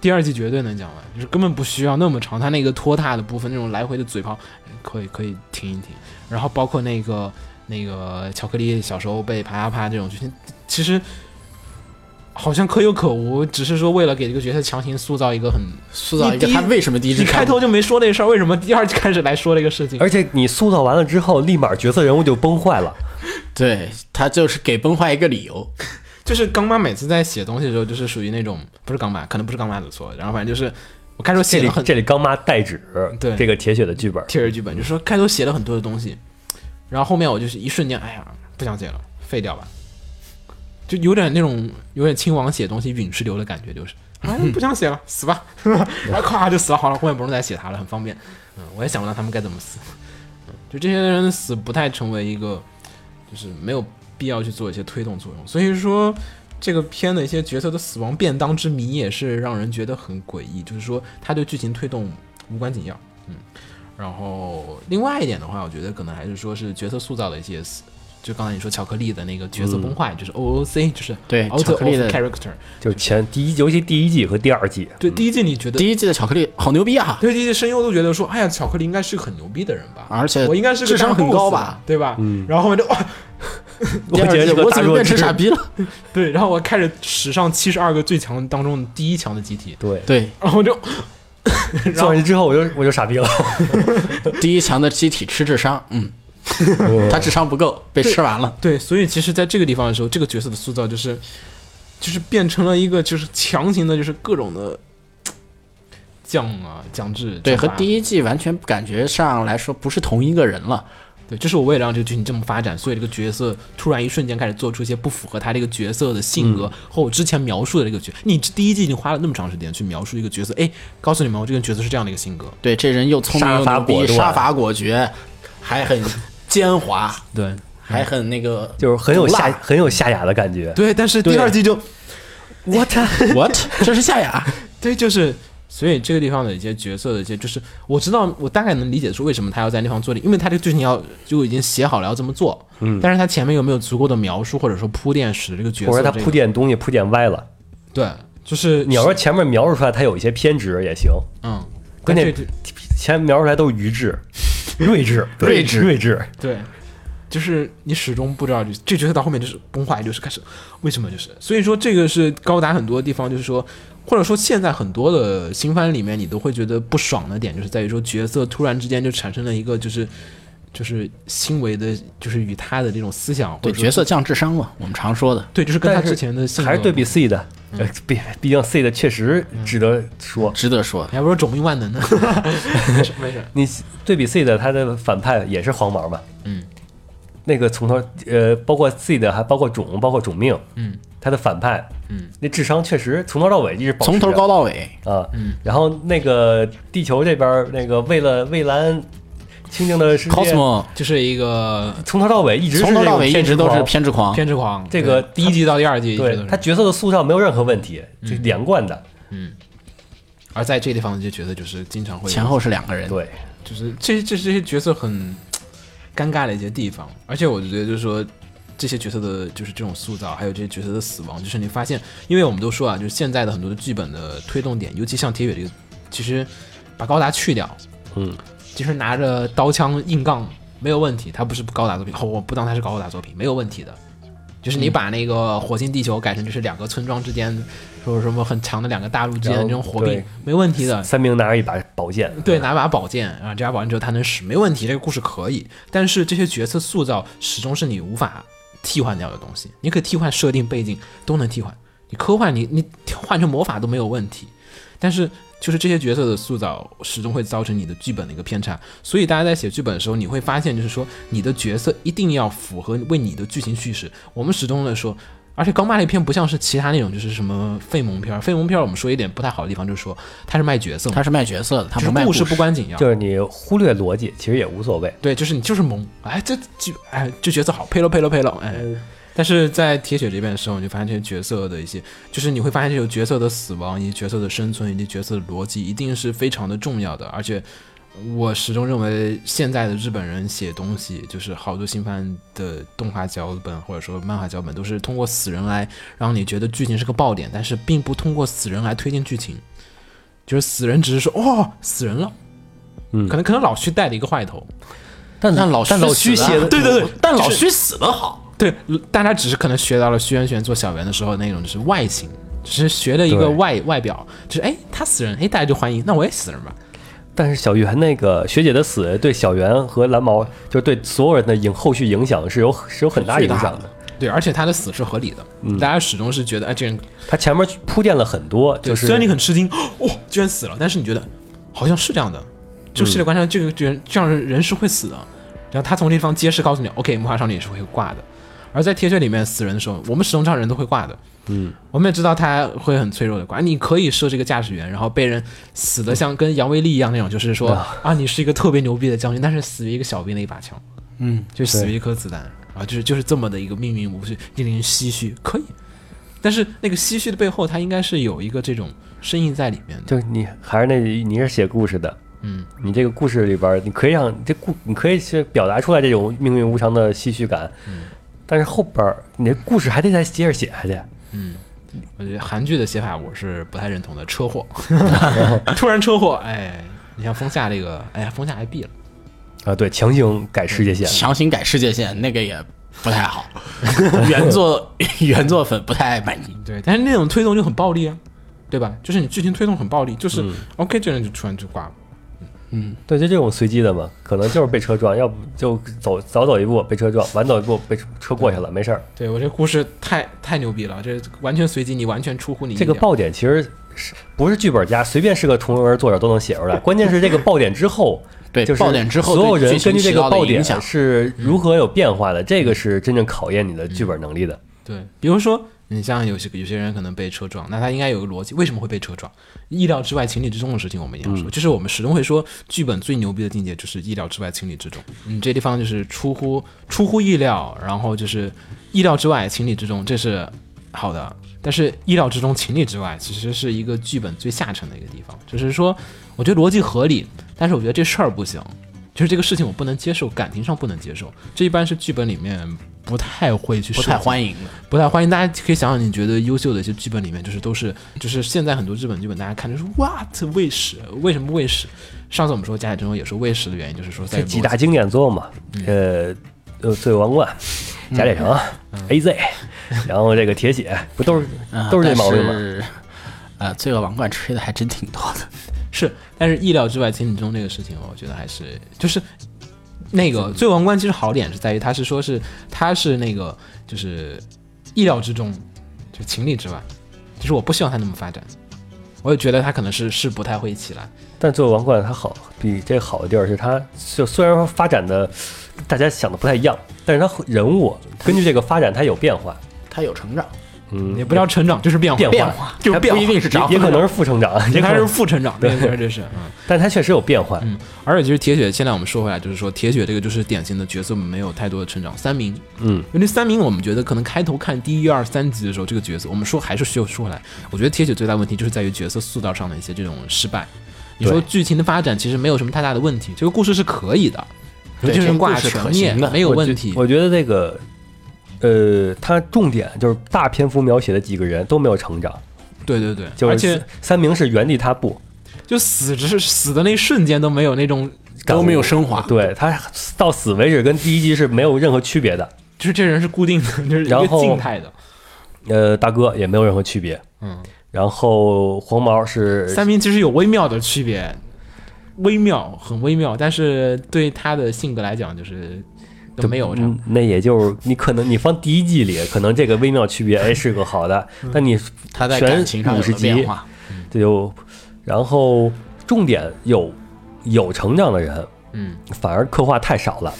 第二季绝对能讲完，就是根本不需要那么长。它那个拖沓的部分，那种来回的嘴炮，可以可以停一停。然后包括那个那个巧克力小时候被啪啪啪这种剧情，其实好像可有可无，只是说为了给这个角色强行塑造一个很塑造一你个第一他为什么第一你季开头就没说这事儿，为什么第二季开始来说这个事情？而且你塑造完了之后，立马角色人物就崩坏了。对他就是给崩坏一个理由。就是刚妈每次在写东西的时候，就是属于那种不是刚妈，可能不是刚妈的错，然后反正就是我开头这写里了很这里刚妈代指对这个铁血的剧本，贴着剧本，就说开头写了很多的东西，然后后面我就是一瞬间，哎呀，不想写了，废掉吧，就有点那种有点亲王写东西陨石流的感觉，就是。哎，不想写了，死吧！ 然后咵就死了，好了，后面不用再写他了，很方便。嗯，我也想不到他们该怎么死。嗯就这些人的死不太成为一个，就是没有必要去做一些推动作用。所以说，这个片的一些角色的死亡便当之谜也是让人觉得很诡异，就是说它对剧情推动无关紧要。嗯然后另外一点的话，我觉得可能还是说是角色塑造的一些死，就刚才你说巧克力的那个角色崩坏，就是 OOC，就是嗯对 out 巧克力的嗯 of character。就是前第一，尤其第一季和第二季，对，第一季你觉得，哎第一季的巧克力好牛逼啊！对第一季声优都觉得说，哎呀，巧克力应该是个很牛逼的人吧，而且我应该是个智商很高 boss 吧，嗯对吧？然后后面就哇，哦我第二觉季得我怎么变吃成傻？逼了？对，然后我开始史上七十二个最强当中第一强的集体， 对， 对，然后就做完之后我就我就傻逼了。第一强的机体吃智商， 嗯，他智商不够，被吃完了。对，所以其实在这个地方的时候，这个角色的塑造就是，就是变成了一个就是强行的，就是各种的降啊降智，对，和第一一季完全感觉上来说不是同一个人了。对，就是我为了让这个剧情这么发展，所以这个角色突然一瞬间开始做出一些不符合他这个角色的性嗯格、和我之前描述的这个角。你第一季已经花了那么长时间去描述一个角色，哎，告诉你们，我这个角色是这样的一个性格，对，这人又聪明杀又伐牛逼，果断杀伐果决，还很奸猾，对还很那个，就是很有下毒辣很有下雅的感觉。对，但是第对二季就 What？ what？这是夏雅， 对，就是所以这个地方的一些角色的一些，就是我知道我大概能理解出为什么他要在那地方做的，因为他这个剧情要就已经写好了要这么做，嗯，但是他前面有没有足够的描述或者说铺垫使这个角色、或者他这个铺垫东西铺垫歪了。对，就是你要说前面描述出来他有一些偏执也行，嗯，关键但这前面描述出来都是 愚智、睿智、睿智睿智。对。就是你始终不知道，就这角色到后面就是崩坏，就是开始为什么就是，所以说这个是高达很多地方，就是说，或者说现在很多的新番里面，你都会觉得不爽的点，就是在于说角色突然之间就产生了一个就是就是新维的，就是与他的这种思想或对，者角说色降智商嘛，我们常说的，对，就是跟他之前的性格还是对比 C 的，呃，毕毕竟 C 的确实嗯值得说。值得说。你还不如种命万能呢， 没事没事，你对比 C 的，他的反派也是黄毛嘛，嗯，那个从头呃，包括 C 的，还包括种，包括种命，嗯，他的反派，嗯，那智商确实从头到尾一直保持从头着高到尾，啊，嗯然后那个地球这边儿那个为了蔚蓝清净的世界 Cosmo 就是一个从头到尾一直是从头这到种尾一偏执直都是狂偏执狂，偏执狂，这个对第一季到第二季一直都对他是，嗯角色的塑造没有任何问题，就连贯的。而在这个地方就觉得就是经常会前后是两嗯个人。对，就是这这这些角色很尴尬的一些地方，而且我觉得就是说，这些角色的，就是这种塑造，还有这些角色的死亡，就是你发现，因为我们都说啊，就是现在的很多的剧本的推动点，尤其像铁血这个，其实把高达去掉，嗯，其实拿着刀枪硬杠没有问题，它不是高达作品，哦，我不当它是高达作品，没有问题的。就是你把那个火星地球改成就是两个村庄之间，说什么很强的两个大陆之间的这种火然并后，没问题的。三明拿着一把宝剑，嗯对，拿把宝剑啊，这把宝剑只有他能使，没问题，这个故事可以。但是这些角色塑造始终是你无法替换掉的东西，你可以替换设定背景都能替换，你科幻你你换成魔法都没有问题，但是。就是这些角色的塑造始终会造成你的剧本的一个偏差，所以大家在写剧本的时候，你会发现，就是说你的角色一定要符合为你的剧情叙事。我们始终的说，而且《钢巴》那篇不像是其他那种就是什么费蒙片儿，费蒙片儿我们说一点不太好的地方，就是说它是卖角色嘛，他是卖角色的，他就是不卖故事事不关紧要，就是你忽略逻辑，其实也无所谓。对，就是你就是萌，哎，这就哎这角色好配了配了配了，哎。但是在铁血这边的时候，你就发现这些角色的一些，就是你会发现这种角色的死亡，以及角色的生存，以及角色的逻辑，一定是非常的重要的。而且，我始终认为现在的日本人写东西，就是好多新番的动画脚本或者说漫画脚本，都是通过死人来让你觉得剧情是个爆点，但是并不通过死人来推进剧情。就是死人只是说哦死人了，嗯可能可能老徐带了一个坏头，但但老但老徐死写的啊对对对但就是老徐死的好，对，大家只是可能学到了徐元玄做小圆的时候那种，就是外形，只是学了一个对外外表，就是哎，他死人，哎，大家就欢迎，那我也死人吧。但是小圆那个学姐的死对小圆和蓝毛，就是对所有人的影后续影响是有是有很大影响的。对，而且他的死是合理的，大家始终是觉得，哎，这人他前面铺垫了很多，对就是虽然你很吃惊，哦，居然死了，但是你觉得好像是这样的，这个世界观上这个人这样的人是会死的，然后他从这地方揭示告诉你，OK，魔法少女也是会挂的。而在铁血里面死人的时候，我们始终知道人都会挂的，嗯，我们也知道他会很脆弱的挂。你可以设这个驾驶员，然后被人死的像跟杨威利一样那种，就是说啊，你是一个特别牛逼的将军，但是死于一个小兵的一把枪，嗯，就死于对一颗子弹啊，就是就是这么的一个命运无序，令人唏嘘。可以，但是那个唏嘘的背后，它应该是有一个这种深意在里面的。就是你还是那你是写故事的，嗯，你这个故事里边儿，你可以让这故你可以去表达出来这种命运无常的唏嘘感，嗯但是后边儿你这故事还得再接着写下去。我觉得韩剧的写法我是不太认同的，车 祸，突然车祸，哎，你像风夏这个，哎呀，风夏还毙了，啊，对，强行改世界线，嗯强行改世界线那个也不太 好，原作 原作粉不太满意。对，但是那种推动就很暴力啊，对吧？就是你剧情推动很暴力，就是、OK，这嗯人就突然就挂了，对，就这种随机的嘛，可能就是被车撞，要不就走早走一步被车撞，晚走一步被车车过去了，没事儿。对我这故事太太牛逼了，这完全随机，你完全出乎你意这个料爆点其实是不是剧本家随便是个同人文作者都能写出来，关键是这个爆点之后。 对就是爆点之后所有对人剧情根据这起个到的爆影点响是如何有变化的，这个是真正考验你的剧本能嗯力的。对，比如说你像有些有些人可能被车撞，那他应该有个逻辑，为什么会被车撞？意料之外、情理之中的事情，我们也嗯要说，就是我们始终会说，剧本最牛逼的境界就是意料之外、情理之中。嗯，这地方就是出乎出乎意料，然后就是意料之外、情理之中，这是好的。但是意料之中、情理之外，其实是一个剧本最下沉的一个地方，就是说，我觉得逻辑合理，但是我觉得这事儿不行。就是这个事情我不能接受，感情上不能接受，这一般是剧本里面不太会去不太涉及欢迎的，不太欢迎大家可以想想，你觉得优秀的一些剧本里面，就是都是就是现在很多日本剧本，大家看就是 what 为什为什么为什？上次我们说《假以真说也是为什的原因，就是说在这几逻大辑经典作嘛，嗯呃，呃，《罪恶王冠》《假铁城》AZ，然后这个铁血，不都是嗯都是这毛病但吗？是呃，罪恶王冠吹的还真挺多的。 是，但是意料之外、情理之中这个事情，我觉得还是就是那个 《最王冠》其实好点是在于它是说是它是那个就是意料之中，就是情理之外，就是我不希望它那么发展，我也觉得它可能是是不太会起来。但《罪恶王冠》它好，比这好的地儿是它就虽然说发展的大家想的不太一样，但是它人物根据这个发展它有变化，他有成长，嗯，也不叫成长，就是变化，变变化化就是还变不化一定是长，也也可能是负 成长，这也可还是能，副成长，那个这是嗯。但它确实有变化。嗯，而且其实铁血，现在我们说回来，就是说铁血这个就是典型的角色没有太多的成长。三明，嗯，因为三明我们觉得可能开头看第一、二、三集的时候，这个角色我们说还是需要说回来。我觉得铁血最大问题就是在于角色塑造上的一些这种失败。你说对剧情的发展其实没有什么太大的问题，这个故事是可以的，对就是这个挂故事全可面行的没有我觉问题。我觉得这个呃，它重点就是大篇幅描写的几个人都没有成长，对对对，就而是且三三明是原地踏步，就死之死的那一瞬间都没有那种感都没有悟升啊华，对他到死为止跟第一集是没有任何区别的。就是这人是固定的，就是一个然后静态的。呃，大哥也没有任何区别。嗯，然后黄毛是三明其实有微妙的区别，微妙很微妙，但是对他的性格来讲，就是都没有这样。嗯那也就是你可能你放第一季里，可能这个微妙区别哎是个好的，嗯但你他在全感情上有50了变化，这就然后重点有有成长的人嗯，反而刻画太少了。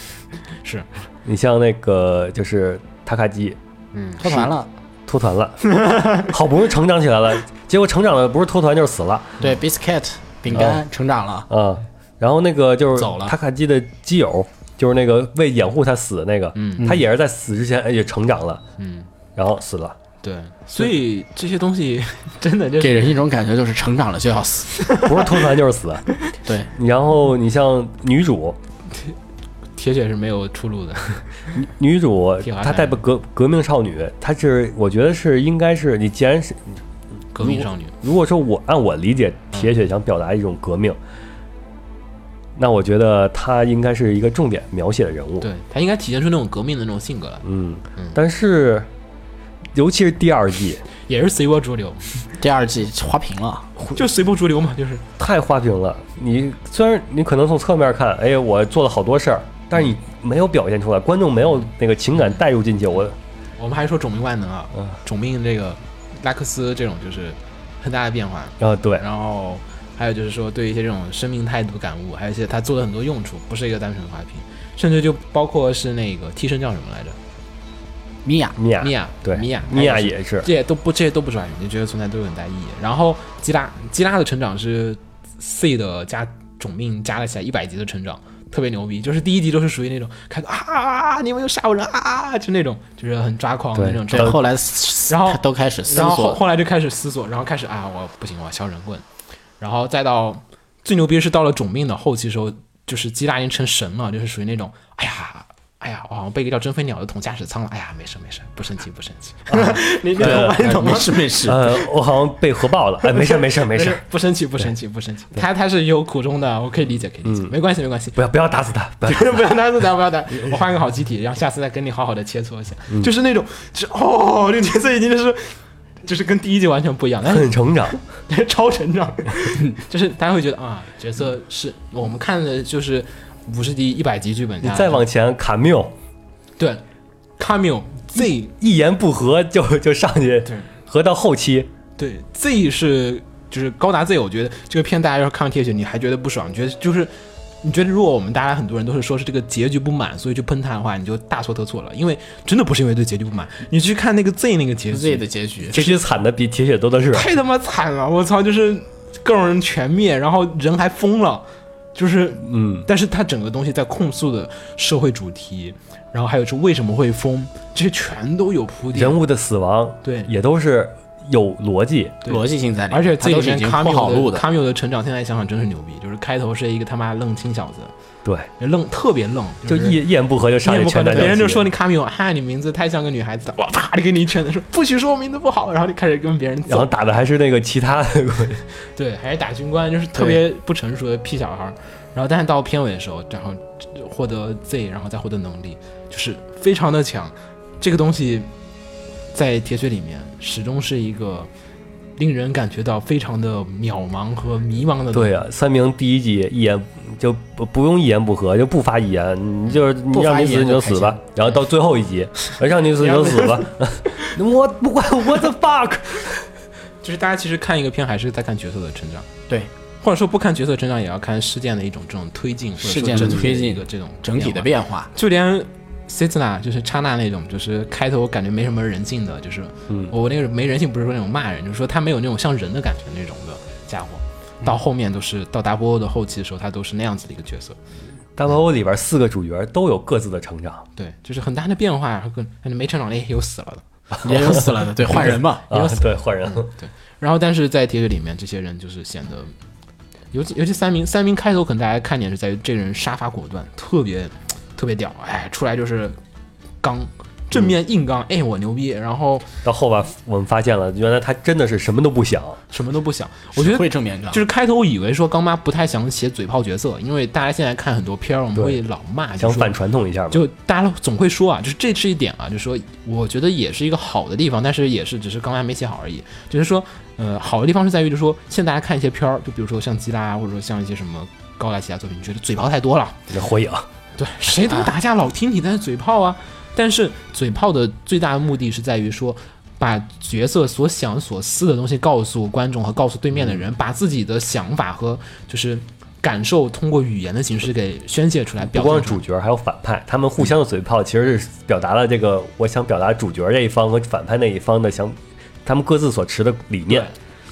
是，你像那个就是塔卡基嗯，脱团了。脱团了， 好不容易成长起来了，结果成长了不是脱团就是死了啊、对，biscuit 饼哦干成长了，然后那个就是走了塔卡基的基友，就是那个为掩护他死的那个，嗯他也是在死之前哎也成长了，嗯，然后死了。对，所以这些东西 真的就是给人一种感觉就是成长了就要死。不是脱团就是死。对，然后你像女主，铁血是没有出路的。女主挺好她看代表革革命少女，她是我觉得是应该是你既然是革命少女，如果说我按我理解，铁血想表达一种革命，那我觉得她应该是一个重点描写的人物。对她应该体现出那种革命的那种性格来，嗯嗯，但是尤其是第二季也是随波逐流，第二季花瓶了，就随波逐流嘛，就是太花瓶了。你虽然你可能从侧面看，哎呀，我做了好多事儿，但是你没有表现出来，观众没有那个情感带入进去。我我们还说种命万能啊嗯，种命这个拉克斯这种就是很大的变化，啊，对，然后还有就是说对一些这种生命态度的感悟，还有一些他做的很多用处，不是一个单纯的花瓶，甚至就包括是那个替身叫什么来着？米娅米娅，米娅，啊对，米娅，米娅还有也是这些都不，这些都不是花瓶，你觉得存在都有很大意义。然后基拉，基拉的成长是 C 的加种命加了起来一百级的成长。特别牛逼，就是第一集都是属于那种看到啊啊啊，你们又杀我人啊啊，啊就那种就是很抓狂的对那种这状态对，。后来然后都开始思然后后索，后来就开始思索，然后开始啊，我不行，我要削人棍，然后再到最牛逼是到了种命的后期时候，就是基拉已经成神了，就是属于那种，哎呀。哎呀，我好像被一个叫真飞鸟的捅驾驶舱了。哎呀，没事没事，不生气不生 气。你你懂吗？你懂吗没？事没事，呃，我好像被核爆了。哎，没事儿，没事儿，没没事儿事，，不生气不生气不生气。他他是有苦衷的，我可以理解可以理嗯解，没关系没关系。不要不要打死他，不要打死不要担心，不要担心，我换个好机体，然后下次再跟你好好的切磋一下。嗯就是那种，就是哦，这个角色已经就是就是跟第一季完全不一样，但他，是很成长。 超成长， 就是大家会觉得啊，角色是我们看的就是五十集、一百集剧本你家，再往前，卡缪对 cameo Z 一言不合就就上去对，合到后期，对 Z 是就是高达 Z，我觉得这个片大家要是看完铁血，你还觉得不爽，你觉得就是。你觉得如果我们大家很多人都是说是这个结局不满，所以去喷他的话，你就大错特错了。因为真的不是因为对结局不满，你去看那个 Z 那个结局自己的结局。结局惨的比铁血多的是。太他妈惨了！我操，就是各种人全灭，然后人还疯了，就是嗯，但是它整个东西在控诉的社会主题，然后还有是为什么会疯，这些全都有铺垫人。物的死亡对也都是有逻辑。对逻辑性在里面，而且这他里都是已面经卡铺好缪路的的。卡缪的成长，现在想想真是牛逼。就是开头是一个他妈愣青小子，对，愣特别愣，就是一一言不合就上面去不可全能斩别人就两说截。你卡缪，哈，你名字太像个女孩子了，哇啪，就给你一拳头，说不许说我名字不好，然后就开始跟别人然后走，打的还是那个其他的对，还是打军官，就是特别不成熟的屁小孩儿。然后但是到片尾的时候，然后获得 Z，然后再获得能力，就是非常的强。这个东西在铁血里面始终是一个令人感觉到非常的渺茫和迷茫的东西。对呀、三明第一集一言就不不用一言不合，就不发一言，你就是你不发让你一死言你就就开心死吧。然后到最后一集，让你死你就死吧。我不管，What the fuck？就是大家其实看一个片还是在看角色的成长，对，或者说不看角色成长也要看事件的一种这种推进，或者说事件的整体推进一个这种整体的化变化，就连 Citna 就是刹那那种，就是开头感觉没什么人性的，就是嗯我那个没人性不是说那种骂人，就是说他没有那种像人的感觉那种的家伙，到后面都是到达波欧的后期的时候，他都是那样子的一个角色，大魔王里边四个主角都有各自的成长，对，就是很大的变化，然后跟但是没成长的也有死了的， 也有死了的， 对，换人嘛。也有啊死，对，换人了。然后但是在铁血里面，这些人就是显得。尤其尤其三明三明开头可能大家看点是在于这个人杀伐果断，特别特别屌，哎，出来就是刚正面硬刚，哎，我牛逼，然后到后边我们发现了，原来他真的是什么都不想，什么都不想。我觉得会正面刚，就是开头我以为说刚妈不太想写嘴炮角色，因为大家现在看很多片儿，我们对会老骂，就想说反传统一下嘛。就大家总会说啊，就是这是一点啊，就是说我觉得也是一个好的地方，但是也是只是刚才没写好而已。只是说，呃，好的地方是在于，就是说现在大家看一些片儿，就比如说像基拉啊，或者说像一些什么高达其他作品，你觉得嘴炮太多了，那火影对，谁他妈打架老听你在嘴炮啊。但是嘴炮的最大的目的是在于说，把角色所想所思的东西告诉观众和告诉对面的人，把自己的想法和就是感受通过语言的形式给宣泄出来，不表光现是出来主。角，还有反派，他们互相的嘴炮其实是表达了这个我想表达主角这一方和反派那一方的想，他们各自所持的理念。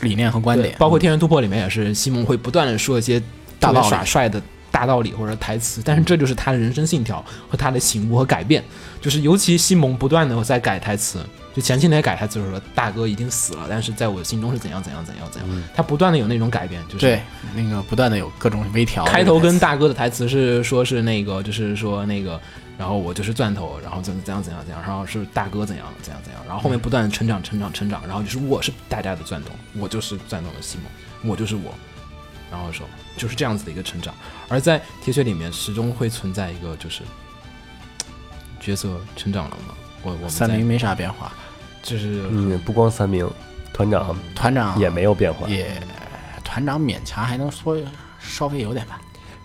理念和观对点，包括《天元突破》里面也是，西蒙会不断的说一些大特别道理耍帅的大道理或者台词，但是这就是他的人生信条和他的醒悟和改变。就是尤其西蒙不断的在改台词，就前些年改台词就是说大哥已经死了，但是在我心中是怎样怎样怎样怎样，他不断的有那种改变，就是对那个不断的有各种微调。开头跟嗯大哥的台词是说是那个，就是说那个，然后我就是钻头，然后怎怎样怎样怎样，然后是大哥怎样怎样怎样，然后后面不断地成长成长成长，然后就是我是大家的钻头，我就是钻头的西蒙，我就是我，然后说就是这样子的一个成长。而在铁血里面，始终会存在一个就是角色成长了吗？我我们三在明没啥变化，就是嗯，不光三明团长团长也没有变化，啊也团长勉强还能说稍微有点吧。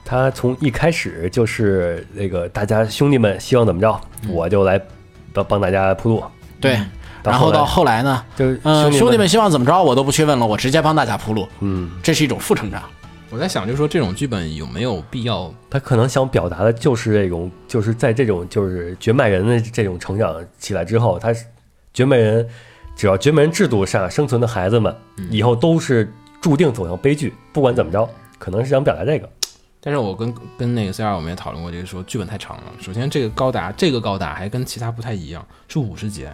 他从一开始就是那个大家兄弟们希望怎么着，嗯我就来帮帮大家铺路，对，然后到后来呢，就是嗯，兄弟们们希望怎么着我都不去问了，我直接帮大家铺路，嗯，这是一种负成长。我在想，就是说这种剧本有没有必要他可能想表达的就是这种，就是在这种就是绝麦人的这种成长起来之后，他是绝麦人，只要绝麦人制度下生存的孩子们，嗯以后都是注定走向悲剧，不管怎么着，可能是想表达这个。但是我跟跟那个 C R 我们也讨论过，就是说剧本太长了。首先，这个高达这个高达还跟其他不太一样，是五十集，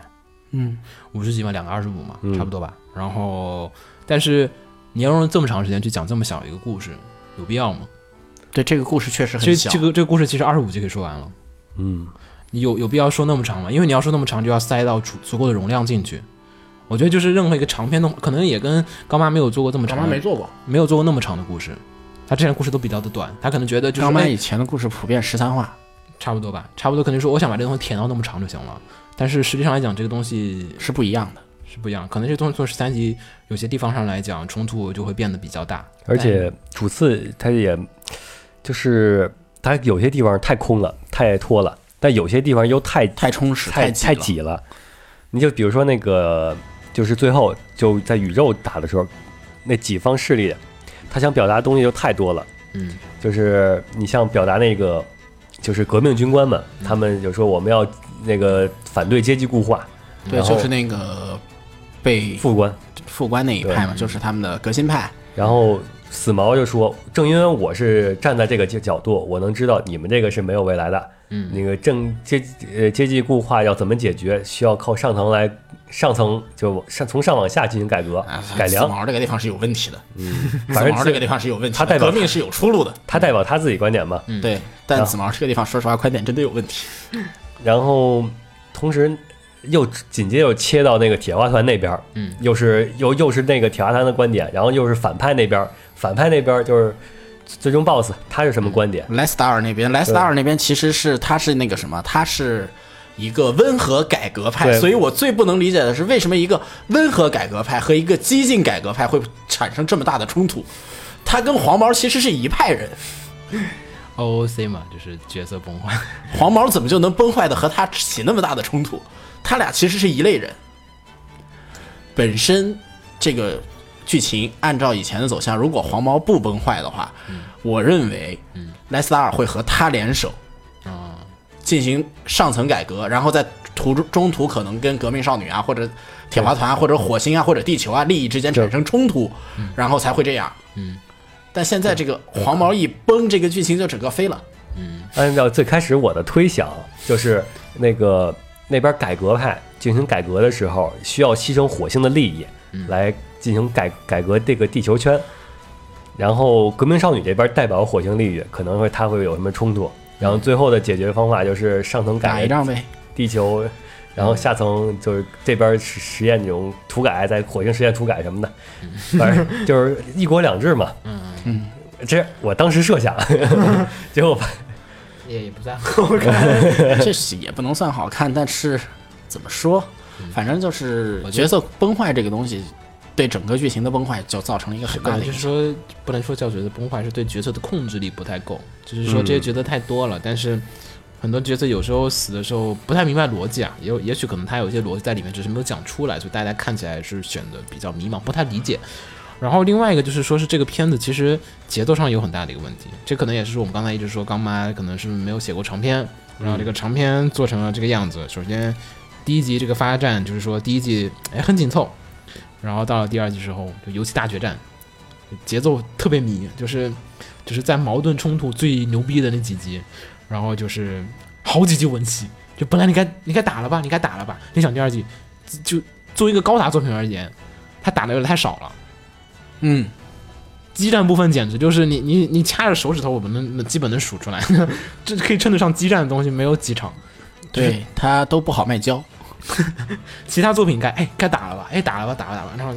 嗯，五十集嘛，两个二十五嘛，嗯差不多吧。然后，但是你要用这么长时间去讲这么小一个故事，有必要吗？对，这个故事确实这很小。这个这个故事其实二十五集可以说完了，嗯，你有有必要说那么长吗？因为你要说那么长，就要塞到足足够的容量进去。我觉得就是任何一个长篇动，可能也跟高妈没有做过这么张长，妈没做过，没有做过那么长的故事，他之前故事都比较的短，他可能觉得就是张哎妈以前的故事普遍十三话，差不多吧，差不多肯定说我想把这东西填到那么长就行了。但是实际上来讲，这个东西是不一样的。是不一样，可能这东西从十三集有些地方上来讲，冲突就会变得比较大。而且主次他也就是他有些地方太空了，太拖了，但有些地方又太太充实，太太太挤了。挤了。你就比如说那个，就是最后就在宇宙打的时候，那己方势力，他想表达的东西就太多了。嗯，就是你像表达那个，就是革命军官们，嗯他们就说我们要那个反对阶级固化，对，然后就是那个被副官。副官那一派嘛，就是他们的革新派。然后死毛就说，正因为我是站在这个角角度，我能知道你们这个是没有未来的。嗯那个政阶呃阶级固化要怎么解决，需要靠上层来。上层就上从上往下进行改革啊，改良死，毛这个地方是有问题的，反子正毛这个地方是有问题的，他代表嗯啊革命是有出路的。他代表他自己观点嘛。对，但子毛这个地方，说实话，观点真的有问题。然后同时又紧接着又切到那个铁花团那边，嗯，又是又又是那个铁花团的观点，然后又是反派那边，反派那边就是最终 BOSS 他是什么嗯观点？莱斯达尔那边，莱斯达尔那边其实是他是那个什么，他是一个温和改革派，对所以我最不能理解的是为什么一个温和改革派和一个激进改革派会产生这么大的冲突。他跟黄毛其实是一派人， O O C 嘛，就是角色崩坏。黄毛怎么就能崩坏的和他起那么大的冲突？他俩其实是一类人。本身这个剧情按照以前的走向，如果黄毛不崩坏的话，我认为莱斯达尔会和他联手，啊、进行上层改革，然后在途中中途可能跟革命少女啊，或者铁花团啊，或者火星啊，或者地球啊利益之间产生冲突，然后才会这样。嗯，但现在这个黄毛一崩，这个剧情就整个飞了。按照最开始我的推想，就是那个那边改革派进行改革的时候，需要牺牲火星的利益来进行改改革这个地球圈。然后革命少女这边代表火星利益，可能会她会有什么冲突。然后最后的解决方法就是上层打改一仗呗，地球然后下层就是这边实实验这种土改，在火星实验土改什么的，反正就是一国两制嘛。嗯嗯，这是我当时设想，结果发也也不在 乎。这是也不能算好看，但是怎么说，反正就是角色崩坏这个东西，对整个剧情的崩坏就造成了一个很大感的觉影就是响。说，不能说叫角色崩坏，是对角色的控制力不太够。就是说，这些角色太多了，但是很多角色有时候死的时候不太明白逻辑啊，也有也许可能他有一些逻辑在里面，只是没有讲出来，所以大家看起来是显得比较迷茫，不太理解。然后另外一个就是说是这个片子其实节奏上有很大的一个问题，这可能也是我们刚才一直说，刚妈可能是没有写过长篇，然后这个长篇做成了这个样子。首先第一集这个发展就是说第一季哎很紧凑，然后到了第二季之后就尤其大决战，节奏特别迷，就是就是在矛盾冲突最牛逼的那几集，然后就是好几集文戏，就本来你该你该打了吧，你该打了吧，你想第二季就就作为一个高达作品而言，他打的有点太少了。嗯，激战部分简直就是你你你掐着手指头，我们能能基本能数出来， 这可以称得上激战的东西没有几场。对他都不好卖胶。其他作品该哎该打了吧，哎打了吧打了吧打了吧，然后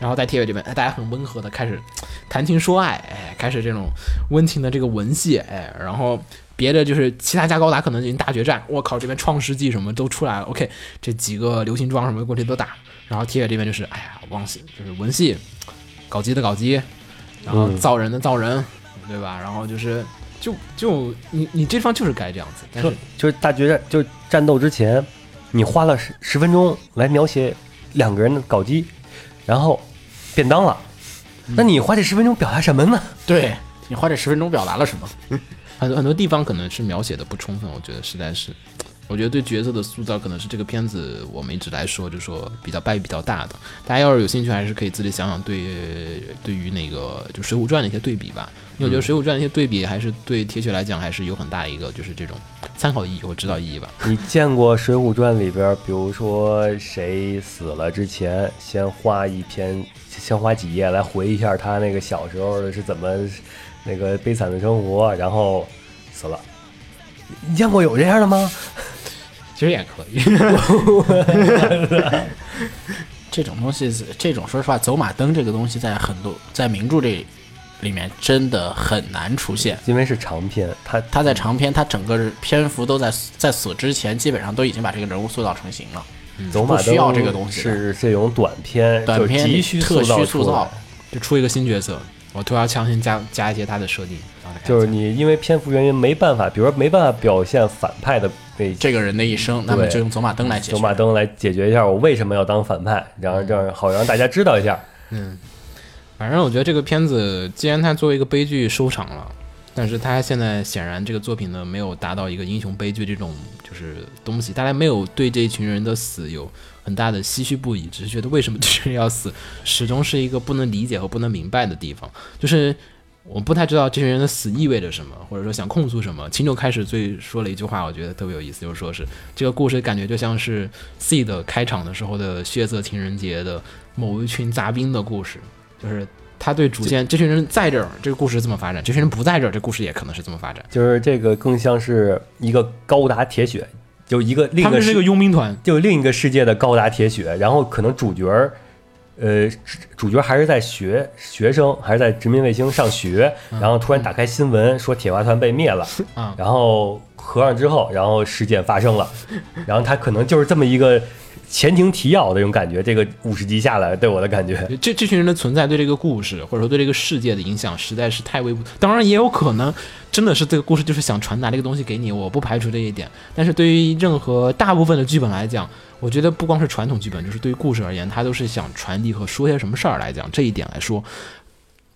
然后在铁尾这边，哎大家很温和的开始谈情说爱，哎开始这种温情的这个文戏，哎然后别的就是其他家高达可能已经大决战，我靠这边创世纪什么都出来了，OK 这几个流行装什么过去都打，然后铁尾这边就是哎呀往就是文戏搞基的搞基，然后造人的造人，对吧？然后就是就就你你这方就是该这样子，但是就就是大决战，就是战斗之前，你花了十十分钟来描写两个人的搞基，然后便当了。那你花这十分钟表达什么呢？对你花这十分钟表达了什么？很多很多地方可能是描写的不充分，我觉得实在是，我觉得对角色的塑造可能是这个片子我们一直来说就说比较败笔比较大的。大家要是有兴趣，还是可以自己想想对对于那个就《水浒传》的一些对比吧，因为我觉得《水浒传》的一些对比还是对铁血来讲还是有很大一个就是这种参考意义或指导意义吧。 你见过《水浒传》里边，比如说谁死了之前，先花一篇，先花几页来回忆一下他那个小时候是怎么那个悲惨的生活，然后死了。你见过有这样的吗？其实也可以， 这种东西，这种说实话，走马灯这个东西在很多在名著这里面真的很难出现。因为是长篇，他他在长篇，他整个篇幅都在在死之前，基本上都已经把这个人物塑造成型了。走马不灯需要这个东西的是这种短篇，短篇就急需特需塑出来造，，就出一个新角色，我突然强行加加一些他的设定，然后再开始就是讲你因为篇幅原因没办法，比如说没办法表现反派的那这个人的一生，那么对就用走马灯来解决。嗯走马灯来解决一下我为什么要当反派，然后这样好让大家知道一下。反正我觉得这个片子，既然它作为一个悲剧收场了，但是它现在显然这个作品呢没有达到一个英雄悲剧这种就是东西，大家没有对这一群人的死有很大的唏嘘不已，只是觉得为什么这群人要死，始终是一个不能理解和不能明白的地方，就是。我不太知道这群人的死意味着什么，或者说想控诉什么。秦九开始最说了一句话，我觉得特别有意思，就是说是这个故事感觉就像是 C 的开场的时候的血色情人节的某一群杂兵的故事，就是他对主线这群人在这儿，这个故事这么发展；这群人不在这儿，这故事也可能是这么发展。就是这个更像是一个高达铁血，就一个另他一们个是一世个佣兵团，就另一个世界的高达铁血，然后可能主角儿，呃，主主角还是在学学生，还是在殖民卫星上学，然后突然打开新闻说铁花团被灭了，啊然后合上之后，然后事件发生了，然后他可能就是这么一个前情提要的这种感觉，这个五十集下来对我的感觉，这这群人的存在对这个故事或者说对这个世界的影响实在是太微不。当然也有可能真的是这个故事就是想传达这个东西给你，我不排除这一点。但是对于任何大部分的剧本来讲，我觉得不光是传统剧本，就是对于故事而言，它都是想传递和说些什么事儿来讲。这一点来说，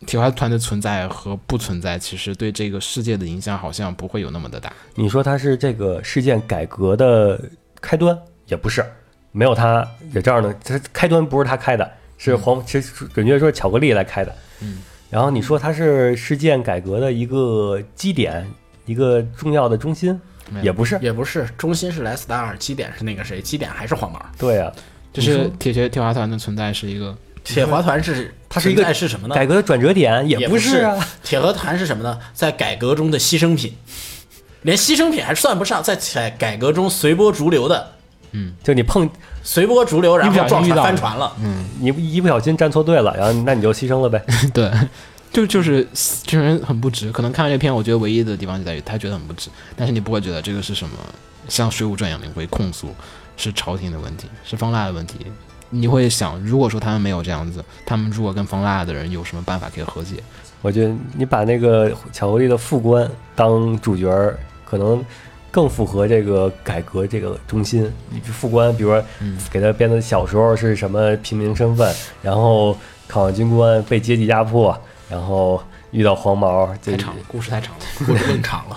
铁花团的存在和不存在，其实对这个世界的影响好像不会有那么的大。你说它是这个事件改革的开端，也不是，没有它有这样的，它开端不是它开的，是黄，其实准确说是巧克力来开的。嗯，然后你说它是事件改革的一个基点，一个重要的中心没，有也不是。也不是，中心是莱斯达尔，基点是那个谁，基点还是黄毛。对啊，就是铁血铁花团的存在是一个铁华团是它是一个存在是什么呢？改革的转折点也不是啊。铁和团是什么呢？在改革中的牺牲品，连牺牲品还算不上，在改改革中随波逐流的嗯，就你碰随波逐流，然一不小后心遇撞船到嗯翻船了。你一不小心站错队了，然后那你就牺牲了呗。 对，就就是这种人很不值。可能看完这篇，我觉得唯一的地方就在于他觉得很不值，但是你不会觉得这个是什么像《水浒传》一样，你会控诉是朝廷的问题，是方腊的问题。你会想，如果说他们没有这样子，他们如果跟方腊的人有什么办法可以和解？我觉得你把那个巧克力的副官当主角儿，可能更符合这个改革这个中心。你副官，比如说嗯给他编的小时候是什么平民身份，然后考上军官被阶级压迫，然后遇到黄毛，这太长了，故事太长了，故事更长了，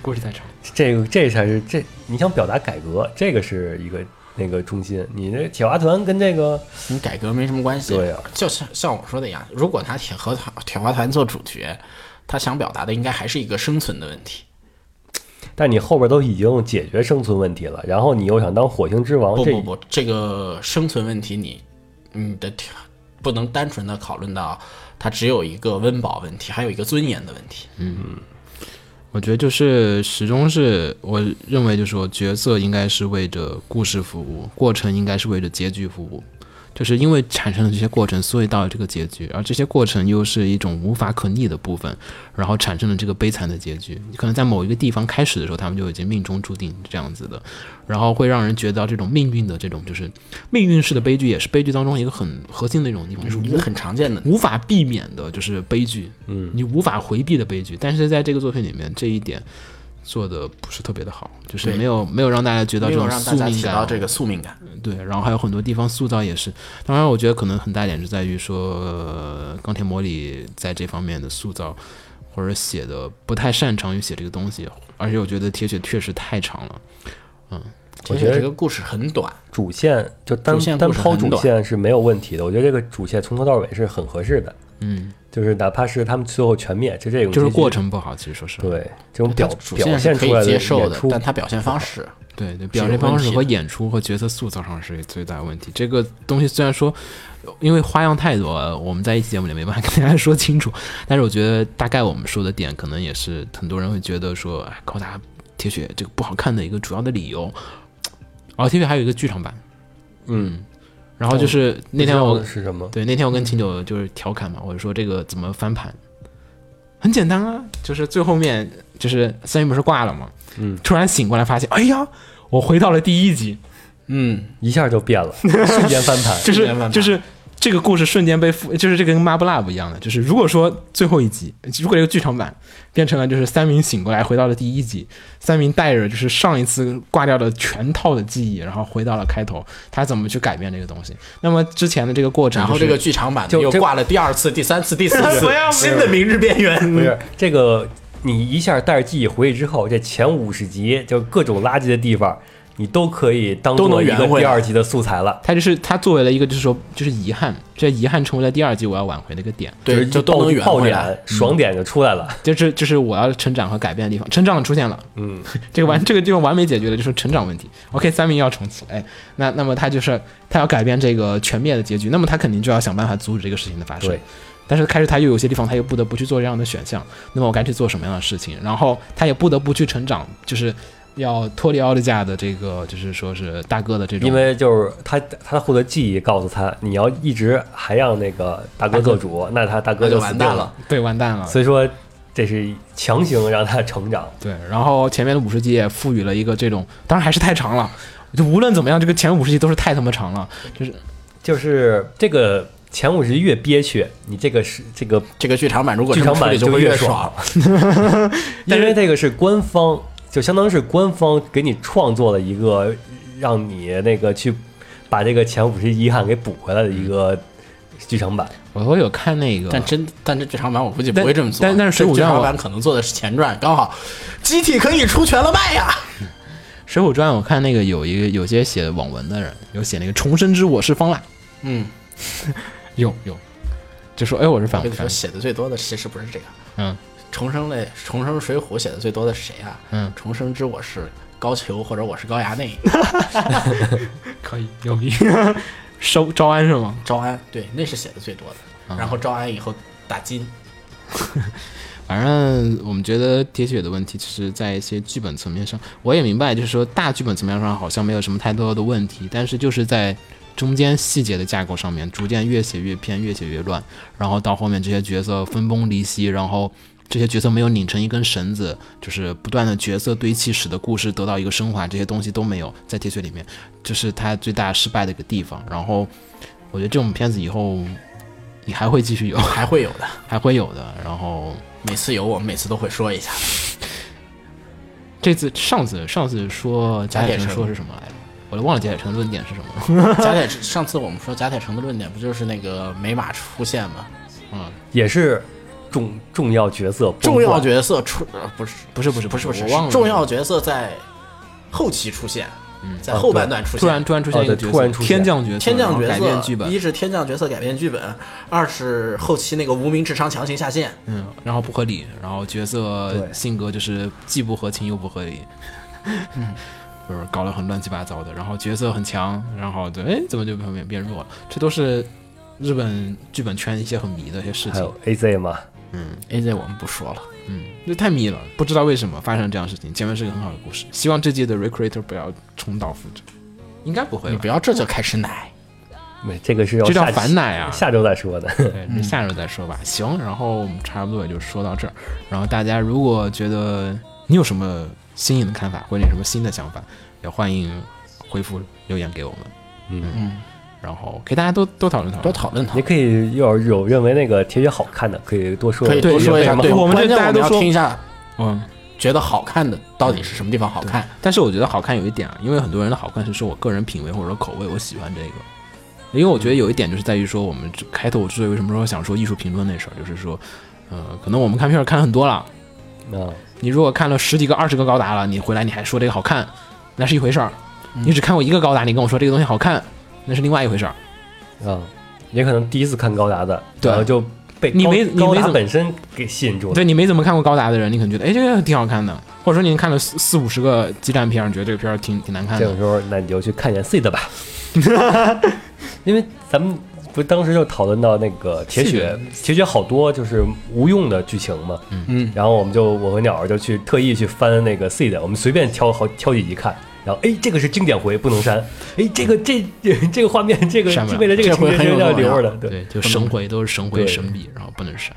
故事太长了。这个这才是这你想表达改革，这个是一个那个中心。你这铁花团跟这个你改革没什么关系。对啊就像像我说的一样，如果拿铁和团铁花团做主角，他想表达的应该还是一个生存的问题。但你后边都已经解决生存问题了，然后你又想当火星之王，不哦这不不，这个生存问题你，你的铁不能单纯的讨论到它只有一个温饱问题，还有一个尊严的问题。我觉得就是始终是我认为，就是说角色应该是为着故事服务，过程应该是为着结局服务。就是因为产生了这些过程，所以到了这个结局，而这些过程又是一种无法可逆的部分，然后产生了这个悲惨的结局。可能在某一个地方开始的时候，他们就已经命中注定这样子的，然后会让人觉得到这种命运的这种就是命运式的悲剧，也是悲剧当中一个很核心的一种地方，就是一无个很常见的，无法避免的，就是悲剧，嗯，你无法回避的悲剧。但是在这个作品里面，这一点做的不是特别的好，就是对没有没有让大家觉得没这有种让宿大家命提到啊感，这个宿命感。对。然后还有很多地方塑造也是，当然我觉得可能很大一点是在于说，呃钢铁魔里在这方面的塑造或者写的不太擅长于写这个东西，而且我觉得铁血确实太长了。其我实觉得这个故事很短，主线就单主线单故事抛很主短线是没有问题的。我觉得这个主线从头到尾是很合适的，嗯，就是哪怕是他们最后全灭，就这种就是结局过程不好，其实说是对这种表它主表线是现可出来以接演受的出，，嗯但它表现方式对对，有表现方问式题和的演出和角色塑造上是最大的问题。这个东西虽然说，因为花样太多了，我们在一期节目里没办法跟大家 说清楚，但是我觉得大概我们说的点，可能也是很多人会觉得说，哎，高达铁血这个不好看的一个主要的理由。哦，铁血还有一个剧场版，嗯，然后就是那天不我知道是什么？对，那天我跟秦嗯九就是调侃嘛，我说这个怎么翻盘？很简单啊，就是最后面就是三鱼不是挂了嘛，嗯，突然醒过来发现，哎呀，我回到了第一集，嗯，一下就 变了，瞬间翻盘。就是瞬间翻盘就是这个故事瞬间被覆，就是这个跟 m a r b l a 不一样的，就是如果说最后一集，如果这个剧场版变成了就是三明醒过来回到了第一集，三明带着就是上一次挂掉的全套的记忆，然后回到了开头，他怎么去改变这个东西？那么之前的这个过程、然后就是这个剧场版就又这挂了第二次、第三次、第四 次不要，新的明日边不缘。是这个，你一下带着记忆回去之后，这前五十集就各种垃圾的地方，你都可以当都做能一圆个回第来二集的素材了。他就是他作为了一个就是说就是遗憾，这遗憾成为了第二季我要挽回的一个点，对，是就都爆能圆爆回来。点，爽点就出来了。就是就是我要成长和改变的地方，成长出现了，嗯， 这个完这个地方完美解决了就是成长问题。OK，三明要重启，哎，那那么他就是他要改变这个全灭的结局，那么他肯定就要想办法阻止这个事情的发生对。但是开始他又有些地方他又不得不去做这样的选项，那么我该去做什么样的事情？然后他也不得不去成长，就是要脱离奥利加的这个，就是说是大哥的这种，因为就是他他获得记忆告诉他，你要一直还让那个大哥做主，那他大哥那就死完定蛋了了。。对完蛋了。所以说这是强行让他成长，对，然后前面的五十集也赋予了一个这种，当然还是太长了。就无论怎么样，这个前五十集都是太他妈长了。就是这个前五十越憋屈，你这个是这个，这个剧场版如果剧场版这么处理就就会越越爽爽，因为这个是官方，就相当于是官方给你创作了一个让你那个去把这个前五十遗憾给补回来的一嗯个剧场版。我我有看那个，但真但这剧场版我估计但不会这么做，但但是水浒这剧传我场版可能做的是前传，刚好集体可以出全了卖呀。 《水浒传》我看那个有一个有些写网文的人有写那个“重生之我是方腊嗯，”，有有，就说哎我是我反跟你反说，，写的最多的其实不是这个，嗯重生类重生水浒写的最多的是谁啊？嗯，重生之我是高俅或者我是高衙 内，可以牛逼， 收招安是吗？嗯招安，对，那是写的最多的。然后招安以后打金，反正我们觉得铁血的问题，就是在一些剧本层面上，我也明白，就是说大剧本层面上好像没有什么太多的问题，但是就是在中间细节的架构上面，逐渐越写越偏，越写越乱，然后到后面这些角色分崩离析，然后这些角色没有拧成一根绳子，就是不断的角色堆砌使得故事得到一个升华，这些东西都没有在铁血里面，这、是它最大失败的一个地方。然后我觉得这种片子以后你还会继续有，还会有的。还会有的。然后 每次有我们每次都会说一 下，这次上次上次说贾铁城说是什么来着？我都忘了贾铁城的论点是什么 了。贾铁上次我们说贾铁城的论点不就是那个美马出现吗？嗯，也是重重要角色崩重要坏角色出呃不是不是不是不是不是我忘了重要角色在后期出现，在后半段出突然现。突然出现一个哦对角色，突然出现天降角色，天降角然后改色变剧本，一是天降角色改变剧本，二是后期那个无名智商强行下线，嗯，然后不合理，然后角色对性格就是既不合情又不合理，嗯， 就是搞得很乱七八糟的。然后角色很强，然后对，哎，怎么就变变弱了？这都是日本剧本圈一些很迷的一些事还情有。AZ 嘛， A Z 我们不说了，嗯，那太迷了，不知道为什么发生这样的事情。前面是个很好的故事，希望这届的 Recreator 不要重蹈覆辙，应该不会你吧不？要这就开始奶，没这个是要这叫下反奶啊！下周再说的。对，这下周再说吧。行，然后我们差不多也就说到这儿。然后大家如果觉得你有什么新颖的看法，或者你有什么新的想法，也欢迎回复留言给我们。嗯，嗯，然后给大家多多讨论讨多论。讨论讨 你论。可以要是有认为那个铁血好看的，可以多说可以对多说一下，对对，我们关这键大家我都们要说听一下，嗯，觉得好看的到底是什么地方好看？但是我觉得好看有一点啊，因为很多人的好看是说我个人品味或者说口味，我喜欢这个。因为我觉得有一点就是在于说，我们这开头我之所以为什么说想说艺术评论那事儿，就是说，呃，可能我们看片儿看很多了，啊，你如果看了十几个、二十个高达了，你回来你还说这个好看，那是一回事儿；你只看过一个高达，你跟我说这个东西好看，那是另外一回事儿。啊，也可能第一次看高达的，对然后就被你高没你高没达怎么本身给吸引住了。对你没怎么看过高达的人，你可能觉得哎这个挺好看的，或者说你看了四四五十个激战片儿，你觉得这个片儿挺挺难看这种的。时候，那你就去看一眼 C 的 吧，因为咱们不是当时就讨论到那个铁血，铁血好多就是无用的剧情嘛。嗯，然后我们就我和鸟儿就去特意去翻那个 C 的，我们随便挑好挑几集看。然后，哎，这个是经典回，不能删。哎，这个这 这个画面，这个删不了是为了这个这情回节很有是要用啊留着的。对，对，就神回都是神回对神笔，然后不能删。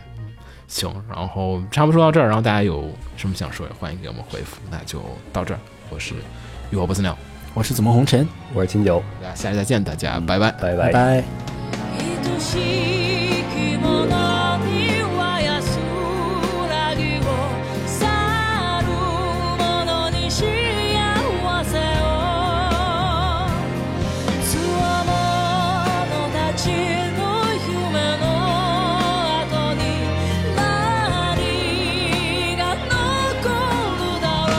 行，然后差不多说到这儿，然后大家有什么想说，也欢迎给我们回复。那就到这儿，我是雨火不死鸟，我是紫梦红尘，我是金九，大家下期再见，大嗯家拜拜。拜拜拜。拜。愛しき者には安らぎを去る者に幸せを強者たちの夢の後に何が残るだろ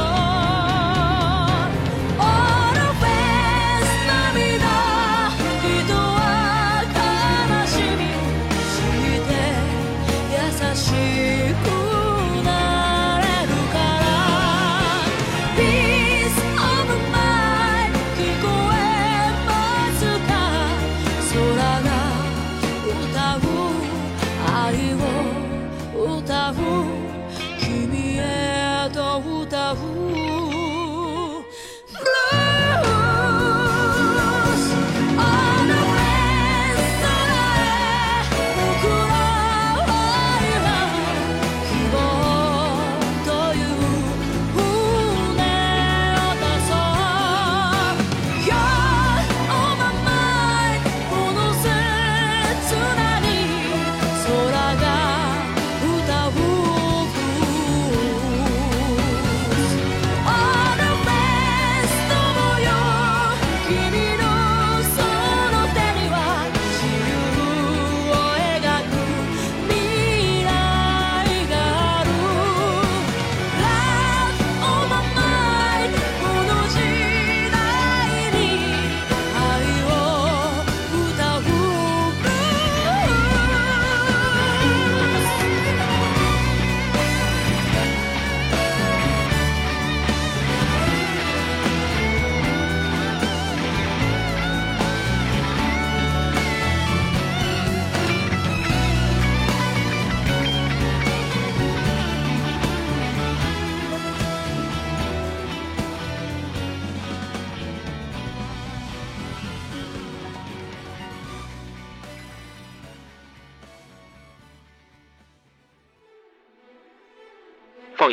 う「オールフェイス涙人は悲しみ」「して優しくなれるから」「Peace of mind」「聞こえますか」「空が歌う愛を歌う」「君へと歌う」Blues on the west side 僕らは今希望という船を出そう You're on my mind この切なに空が歌う Blues 放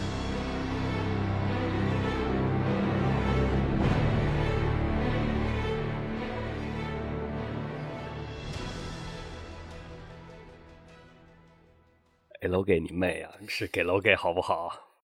给楼给你妹啊，是给楼给好不好？